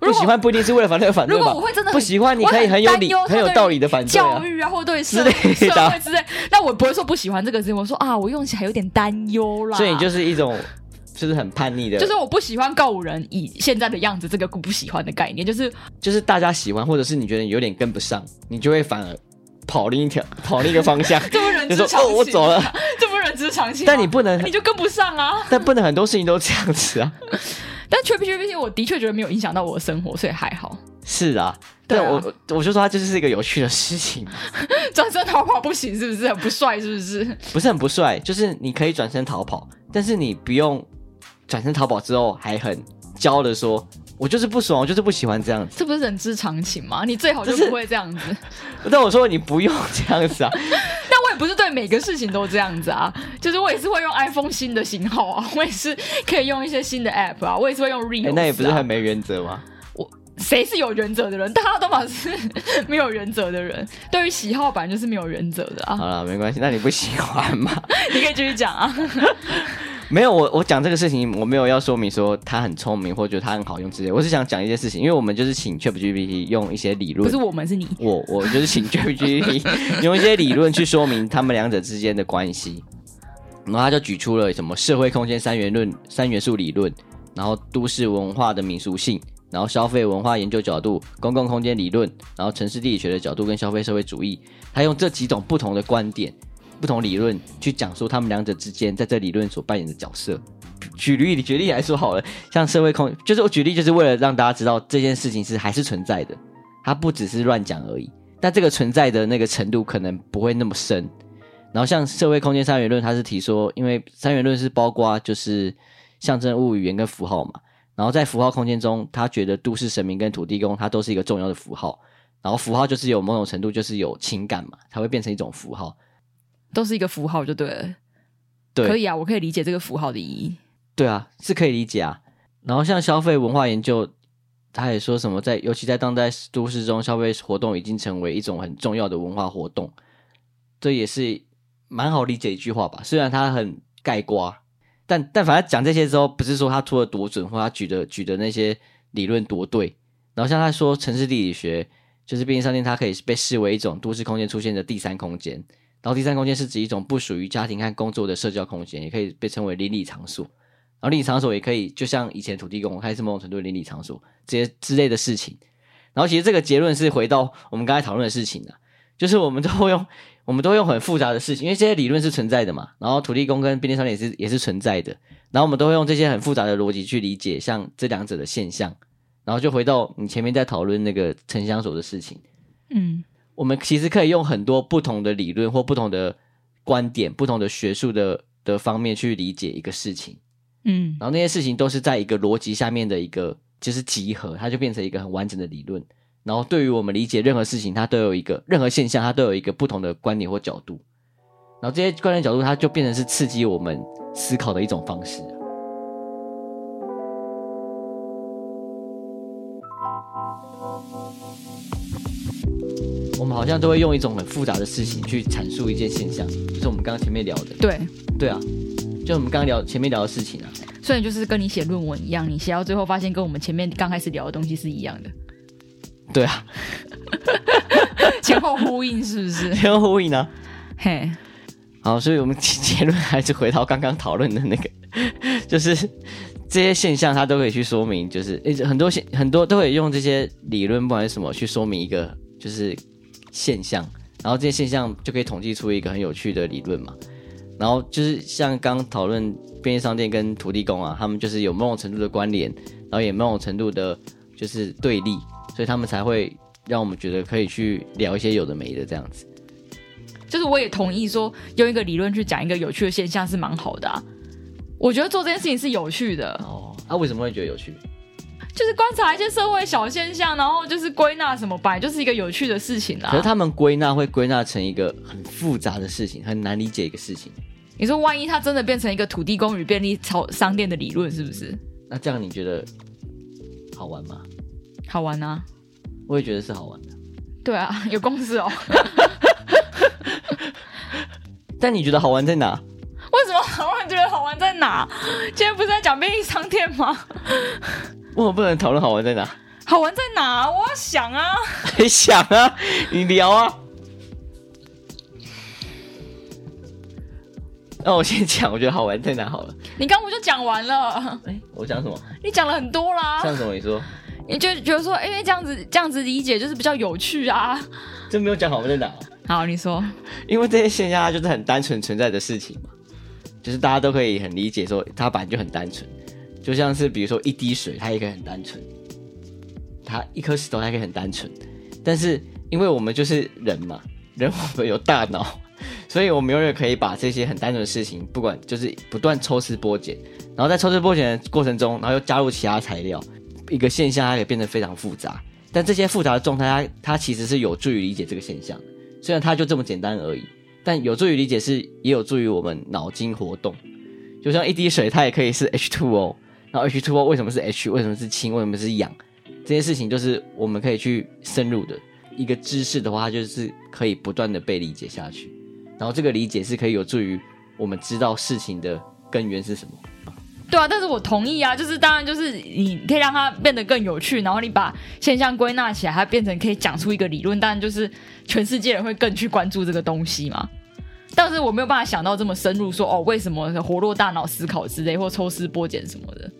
Speaker 1: 如
Speaker 2: 不
Speaker 1: 果
Speaker 2: 喜欢不一定是为了反对而反对
Speaker 1: 如
Speaker 2: 吧？
Speaker 1: 果我会真的很
Speaker 2: 不喜欢，你可以
Speaker 1: 我
Speaker 2: 很有
Speaker 1: 担
Speaker 2: 理、
Speaker 1: 忧他
Speaker 2: 很有
Speaker 1: 对
Speaker 2: 道理的反对啊
Speaker 1: 教。育啊，或者对
Speaker 2: 之
Speaker 1: 社
Speaker 2: 类
Speaker 1: 社
Speaker 2: 的啊
Speaker 1: 会之类，那我不会说不喜欢这个事情，我说啊，我用起来有点担忧啦。
Speaker 2: 所以你就是一种就是很叛逆的，
Speaker 1: 就是我不喜欢告五人以现在的样子这个不喜欢的概念，就是
Speaker 2: 就是大家喜欢，或者是你觉得你有点跟不上，你就会反而跑另一条、 [LAUGHS] 跑另一个方
Speaker 1: [LAUGHS]
Speaker 2: 向。
Speaker 1: 这不是人
Speaker 2: 就
Speaker 1: 之
Speaker 2: 说
Speaker 1: 常情、
Speaker 2: 哦，我走了，，
Speaker 1: [LAUGHS] 这不是人之常情啊、
Speaker 2: 但你不能
Speaker 1: 你，就跟不上啊。
Speaker 2: 但不能很多事情都这样子啊。 [LAUGHS]
Speaker 1: 但缺不缺毕竟我的确觉得没有影响到我的生活，所以还好。
Speaker 2: 是啊，
Speaker 1: 对啊
Speaker 2: 但我我我就说它就是一个有趣的事情，
Speaker 1: 转身逃跑不行，是不是很不帅？是不是？
Speaker 2: 不是很不帅，就是你可以转身逃跑，但是你不用转身逃跑之后还很骄傲的说，我就是不爽，我就是不喜欢这样子。 [LAUGHS]
Speaker 1: 这不是人之常情吗？你最好就
Speaker 2: 这是
Speaker 1: 不会这样子。
Speaker 2: 但我说你不用这
Speaker 1: [LAUGHS]
Speaker 2: 样子啊，
Speaker 1: 但我也不是对每个事情都这样子啊，就是我也是会用 iPhone 新的型号啊， [LAUGHS] 我也是可以用一些新的 App 啊，我也是会用 Reels、
Speaker 2: 哎、
Speaker 1: 啊
Speaker 2: 那也不是很没原则吗？
Speaker 1: 谁是有原则的人？大家都嘛是没有原则的人，对于喜好本来就是没有原则
Speaker 2: [LAUGHS]
Speaker 1: 的啊。
Speaker 2: 好了，没关系，那你不喜
Speaker 1: [LAUGHS]
Speaker 2: 欢嘛？
Speaker 1: 你可以继续讲啊。
Speaker 2: 没有，我我讲这个事情，我没有要说明说他很聪明或者他很好用之类的，我是想讲一件事情，因为我们就是请 ChatGPT 用一些理
Speaker 1: 不
Speaker 2: 论
Speaker 1: 是，我们是你，
Speaker 2: 我我就是请 ChatGPT 用一些理论去说明他们两者之间的关系，然后他就举出了什么社会空间三元论、三元素理论，然后都市文化的民俗性，然后消费文化研究角度、公共空间理论，然后城市地理学的角度跟消费社会主义，他用这几种不同的观点、不同理论去讲述他们两者之间在这理论所扮演的角色。举例举例来说好了，像社会空，就是我举例就是为了让大家知道这件事情是还是存在的，它不只是乱讲而已。但这个存在的那个程度可能不会那么深。然后像社会空间三元论，它是提说，因为三元论是包括就是象征物、语言跟符号嘛。然后在符号空间中，他觉得都市神明跟土地公，它都是一个重要的符号。然后符号就是有某种程度就是有情感嘛，它会变成一种符号。
Speaker 1: 都是一个符号就对了。
Speaker 2: 对，
Speaker 1: 可以啊，我可以理解这个符号的意义。
Speaker 2: 对啊，是可以理解啊。然后像消费文化研究，他也说什么在，尤其在当代都市中，消费活动已经成为一种很重要的文化活动。这也是蛮好理解一句话吧，虽然它很盖瓜，但但反正讲这些之后，不是说他出的多准，或他举的举的那些理论多对。然后像他说城市地理学，就是便利商店，它可以被视为一种都市空间出现的第三空间。然后第三空间是指一种不属于家庭和工作的社交空间，也可以被称为邻里场所。然后邻里场所也可以，就像以前土地公，它也是某种程度的邻里场所这些之类的事情。然后其实这个结论是回到我们刚才讨论的事情啊，就是我们都会用我们都会用很复杂的事情，因为这些理论是存在的嘛，然后土地公跟便利商店也是也是存在的，然后我们都会用这些很复杂的逻辑去理解像这两者的现象，然后就回到你前面在讨论那个城乡所的事情。
Speaker 1: 嗯，
Speaker 2: 我们其实可以用很多不同的理论或不同的观点、不同的学术的的方面去理解一个事情，
Speaker 1: 嗯，
Speaker 2: 然后那些事情都是在一个逻辑下面的一个就是集合，它就变成一个很完整的理论。然后对于我们理解任何事情，它都有一个任何现象，它都有一个不同的观点或角度。然后这些观点角度，它就变成是刺激我们思考的一种方式。我们好像都会用一种很复杂的事情去阐述一件现象，就是我们刚刚前面聊的，
Speaker 1: 对，
Speaker 2: 对啊，就我们刚刚聊前面聊的事情啊。
Speaker 1: 所以就是跟你写论文一样，你写到最后发现跟我们前面刚开始聊的东西是一样的，
Speaker 2: 对啊，
Speaker 1: [LAUGHS] 前后呼应是不是？
Speaker 2: 前后呼应啊。
Speaker 1: [LAUGHS] 嘿，
Speaker 2: 好，所以我们结论还是回到刚刚讨论的那个， [LAUGHS] 就是这些现象它都可以去说明，就是诶很多现很多都可以用这些理论不管是什么去说明一个就是现象，然后这些现象就可以统计出一个很有趣的理论嘛。然后就是像刚讨论便利商店跟土地公啊，他们就是有某种程度的关联，然后也某种程度的就是对立，所以他们才会让我们觉得可以去聊一些有的没的这样子。
Speaker 1: 就是我也同意说，用一个理论去讲一个有趣的现象是蛮好的啊。我觉得做这件事情是有趣的，
Speaker 2: 哦，啊，为什么会觉得有趣？
Speaker 1: 就是观察一些社会小现象，然后就是归纳什么，本来就是一个有趣的事情啊
Speaker 2: 可是
Speaker 1: 啦。
Speaker 2: 他们归纳会归纳成一个很复杂的事情，很难理解一个事情。
Speaker 1: 你说万一它真的变成一个土地公与便利超商店的理论，是不是
Speaker 2: 那这样你觉得好玩吗？
Speaker 1: 好玩啊？
Speaker 2: 我也觉得是好玩的。
Speaker 1: 对啊，有公式哦。
Speaker 2: 但你觉得好玩在哪？
Speaker 1: [LAUGHS] 为什么好玩？觉得好玩在哪？今天不是在讲便利商店吗？ [LAUGHS]
Speaker 2: 为什么不能讨论好玩在哪？ [LAUGHS]
Speaker 1: 好玩在哪？我要想啊，
Speaker 2: 你想啊，你聊啊。那我先讲，我觉得好玩在哪好了。
Speaker 1: 你刚不就讲完了？
Speaker 2: 哎、我讲什么？
Speaker 1: 你讲了很多啦，
Speaker 2: 像什么？你说，
Speaker 1: 你就觉得说，哎、这样子这样子理解就是比较有趣啊。
Speaker 2: 这没有讲好玩在哪、哦
Speaker 1: 好，你说，
Speaker 2: 因为这些现象它就是很单纯存在的事情嘛，就是大家都可以很理解说它本来就很单纯，就像是比如说一滴水，它也可以很单纯，它一颗石头它也可以很单纯，但是因为我们就是人嘛，人我们有大脑，所以我们永远可以把这些很单纯的事情，不管就是不断抽丝剥茧，然后在抽丝剥茧的过程中，然后又加入其他材料，一个现象它可以变得非常复杂，但这些复杂的状态它它其实是有助于理解这个现象的。虽然它就这么简单而已，但有助于理解是，也有助于我们脑筋活动。就像一滴水，它也可以是 H2O，然后 H2O 为什么是 H，为什么是氢，为什么是氧，这些事情就是我们可以去深入的。一个知识的话，它就是可以不断的被理解下去，然后这个理解是可以有助于我们知道事情的根源是什么。
Speaker 1: 对啊，但是我同意啊，就是当然就是你可以让它变得更有趣，然后你把现象归纳起来，它变成可以讲出一个理论，当然就是全世界人会更去关注这个东西嘛。但是我没有办法想到这么深入说，哦，为什么活络大脑思考之类，或抽丝剥茧什么的。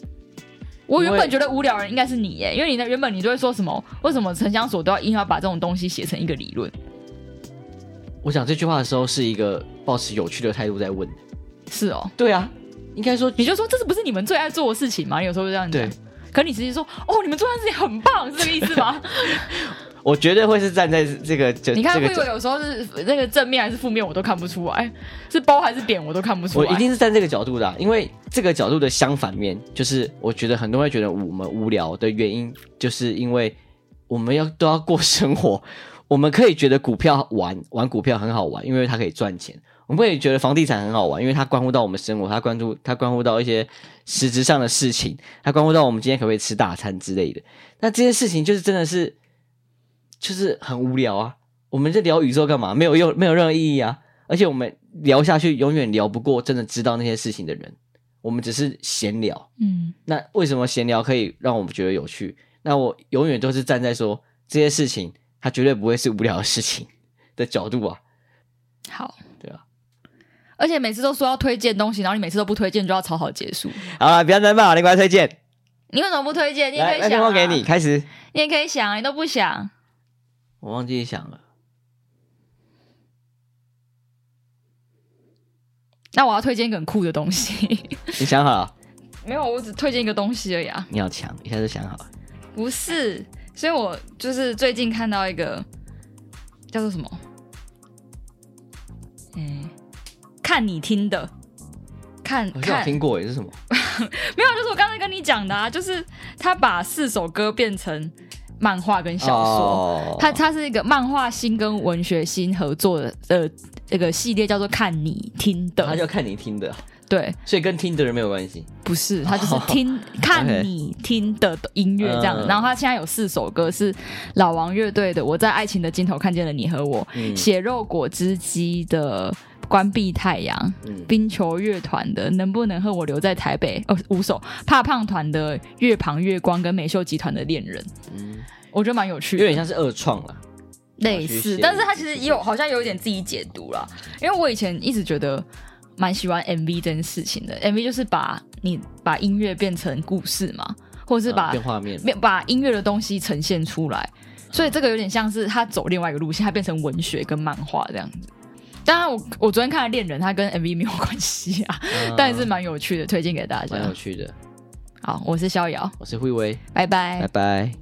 Speaker 1: 我原
Speaker 2: 因为
Speaker 1: 本觉得无聊的人应该是你耶，因为你的原本你就会说什么，为什么城乡所都要硬要把这种东西写成一个理论？
Speaker 2: 我讲这句话的时候，是一个保持有趣的态度在问。
Speaker 1: 是哦，
Speaker 2: 对啊，应该说
Speaker 1: 你就说这是不是你们最爱做的事情吗？你有时候会这样讲
Speaker 2: 对。
Speaker 1: 可你其实说，哦，你们做的事情很棒，是这个意思吗？
Speaker 2: 我绝对会是站在这个就
Speaker 1: 你看，
Speaker 2: 这
Speaker 1: 会
Speaker 2: 个
Speaker 1: 有有时候是那个正面还是负面，我都看不出来，是褒还是贬，我都看不出
Speaker 2: 我
Speaker 1: 来。
Speaker 2: 一定是站这个角度的啊、因为这个角度的相反面，就是我觉得很多人会觉得我们无聊的原因，就是因为我们要都要过生活。 [LAUGHS] 我们可以觉得股票玩玩股票很好玩，因为它可以赚钱；我们也觉得房地产很好玩，因为它关乎到我们生活，它关注它关乎到一些实质上的事情，它关乎到我们今天可不可以吃大餐之类的。那这些事情就是真的是就是很无聊啊！我们在聊宇宙干嘛？没有用，没有任何意义啊！而且我们聊下去，永远聊不过真的知道那些事情的人。我们只是闲聊。
Speaker 1: 嗯，
Speaker 2: 那为什么闲聊可以让我们觉得有趣？那我永远都是站在说这些事情，它绝对不会是无聊的事情的角度 [LAUGHS] 啊。
Speaker 1: 好，
Speaker 2: 对啊。
Speaker 1: 而且每次都说要推荐东西，然后你每次都不推荐，就要草草结束。
Speaker 2: 好了，不要再骂了，另外推荐，
Speaker 1: 你为什么不推荐？你也可
Speaker 2: 来，
Speaker 1: 以想、啊，
Speaker 2: 那电话给你，，开始。
Speaker 1: 你也可以想啊，你都不想。
Speaker 2: 我忘记想了，
Speaker 1: 那我要推荐一个很酷的东西， [LAUGHS]
Speaker 2: 你想好了？
Speaker 1: 没有，我只推荐一个东西而已啊，
Speaker 2: 你好强，一下就想好了。
Speaker 1: 不是。所以我就是最近看到一个叫做什么，嗯，看你听的，看
Speaker 2: 好像
Speaker 1: 看
Speaker 2: 我听过耶，是什么？
Speaker 1: 没有，就是我刚才跟你讲的啊，就是他把四首歌变成漫画跟小说。
Speaker 2: [LAUGHS] 哦
Speaker 1: 他他是一个漫画新跟文学新合作的呃这个系列叫做看你听
Speaker 2: 他
Speaker 1: 的，
Speaker 2: 就看你听的，
Speaker 1: 对，
Speaker 2: 所以跟听的人没有关系。
Speaker 1: 不是他就是
Speaker 2: [LAUGHS]
Speaker 1: 听、看你听的音乐这样。
Speaker 2: 哦嗯
Speaker 1: 然后他现在有四首歌是老王乐队的《我在爱情的尽头看见了你和我》，
Speaker 2: 嗯
Speaker 1: 血肉果汁机的《关闭太阳》，
Speaker 2: 嗯，
Speaker 1: 冰球乐团的《能不能和我留在台北》哦，五首怕胖团的《月旁月光》跟美秀集团的《恋人》，
Speaker 2: 嗯
Speaker 1: 我觉得蛮有趣
Speaker 2: 有
Speaker 1: 的，
Speaker 2: 点像是二创了。
Speaker 1: 类
Speaker 2: 去
Speaker 1: 似
Speaker 2: 写，
Speaker 1: 但是它其实也有好像有一点自己解读啦，因为我以前一直觉得蛮喜欢 MV 这件事情的，MV 就是把你把音乐变成故事嘛，或是
Speaker 2: 啊
Speaker 1: 把
Speaker 2: 变画面嘛，
Speaker 1: 嗯变把音乐的东西呈现出来，所以这个有点像是他走另外一个路线，他变成文学跟漫画这样子。当然我，我昨天看了《恋人》，它跟 MV 没有关系啊，但也是蛮有趣的，推荐给大家
Speaker 2: 蛮。有趣的。
Speaker 1: 好，我是逍遥，
Speaker 2: 我是慧威，
Speaker 1: 拜拜
Speaker 2: 拜。拜。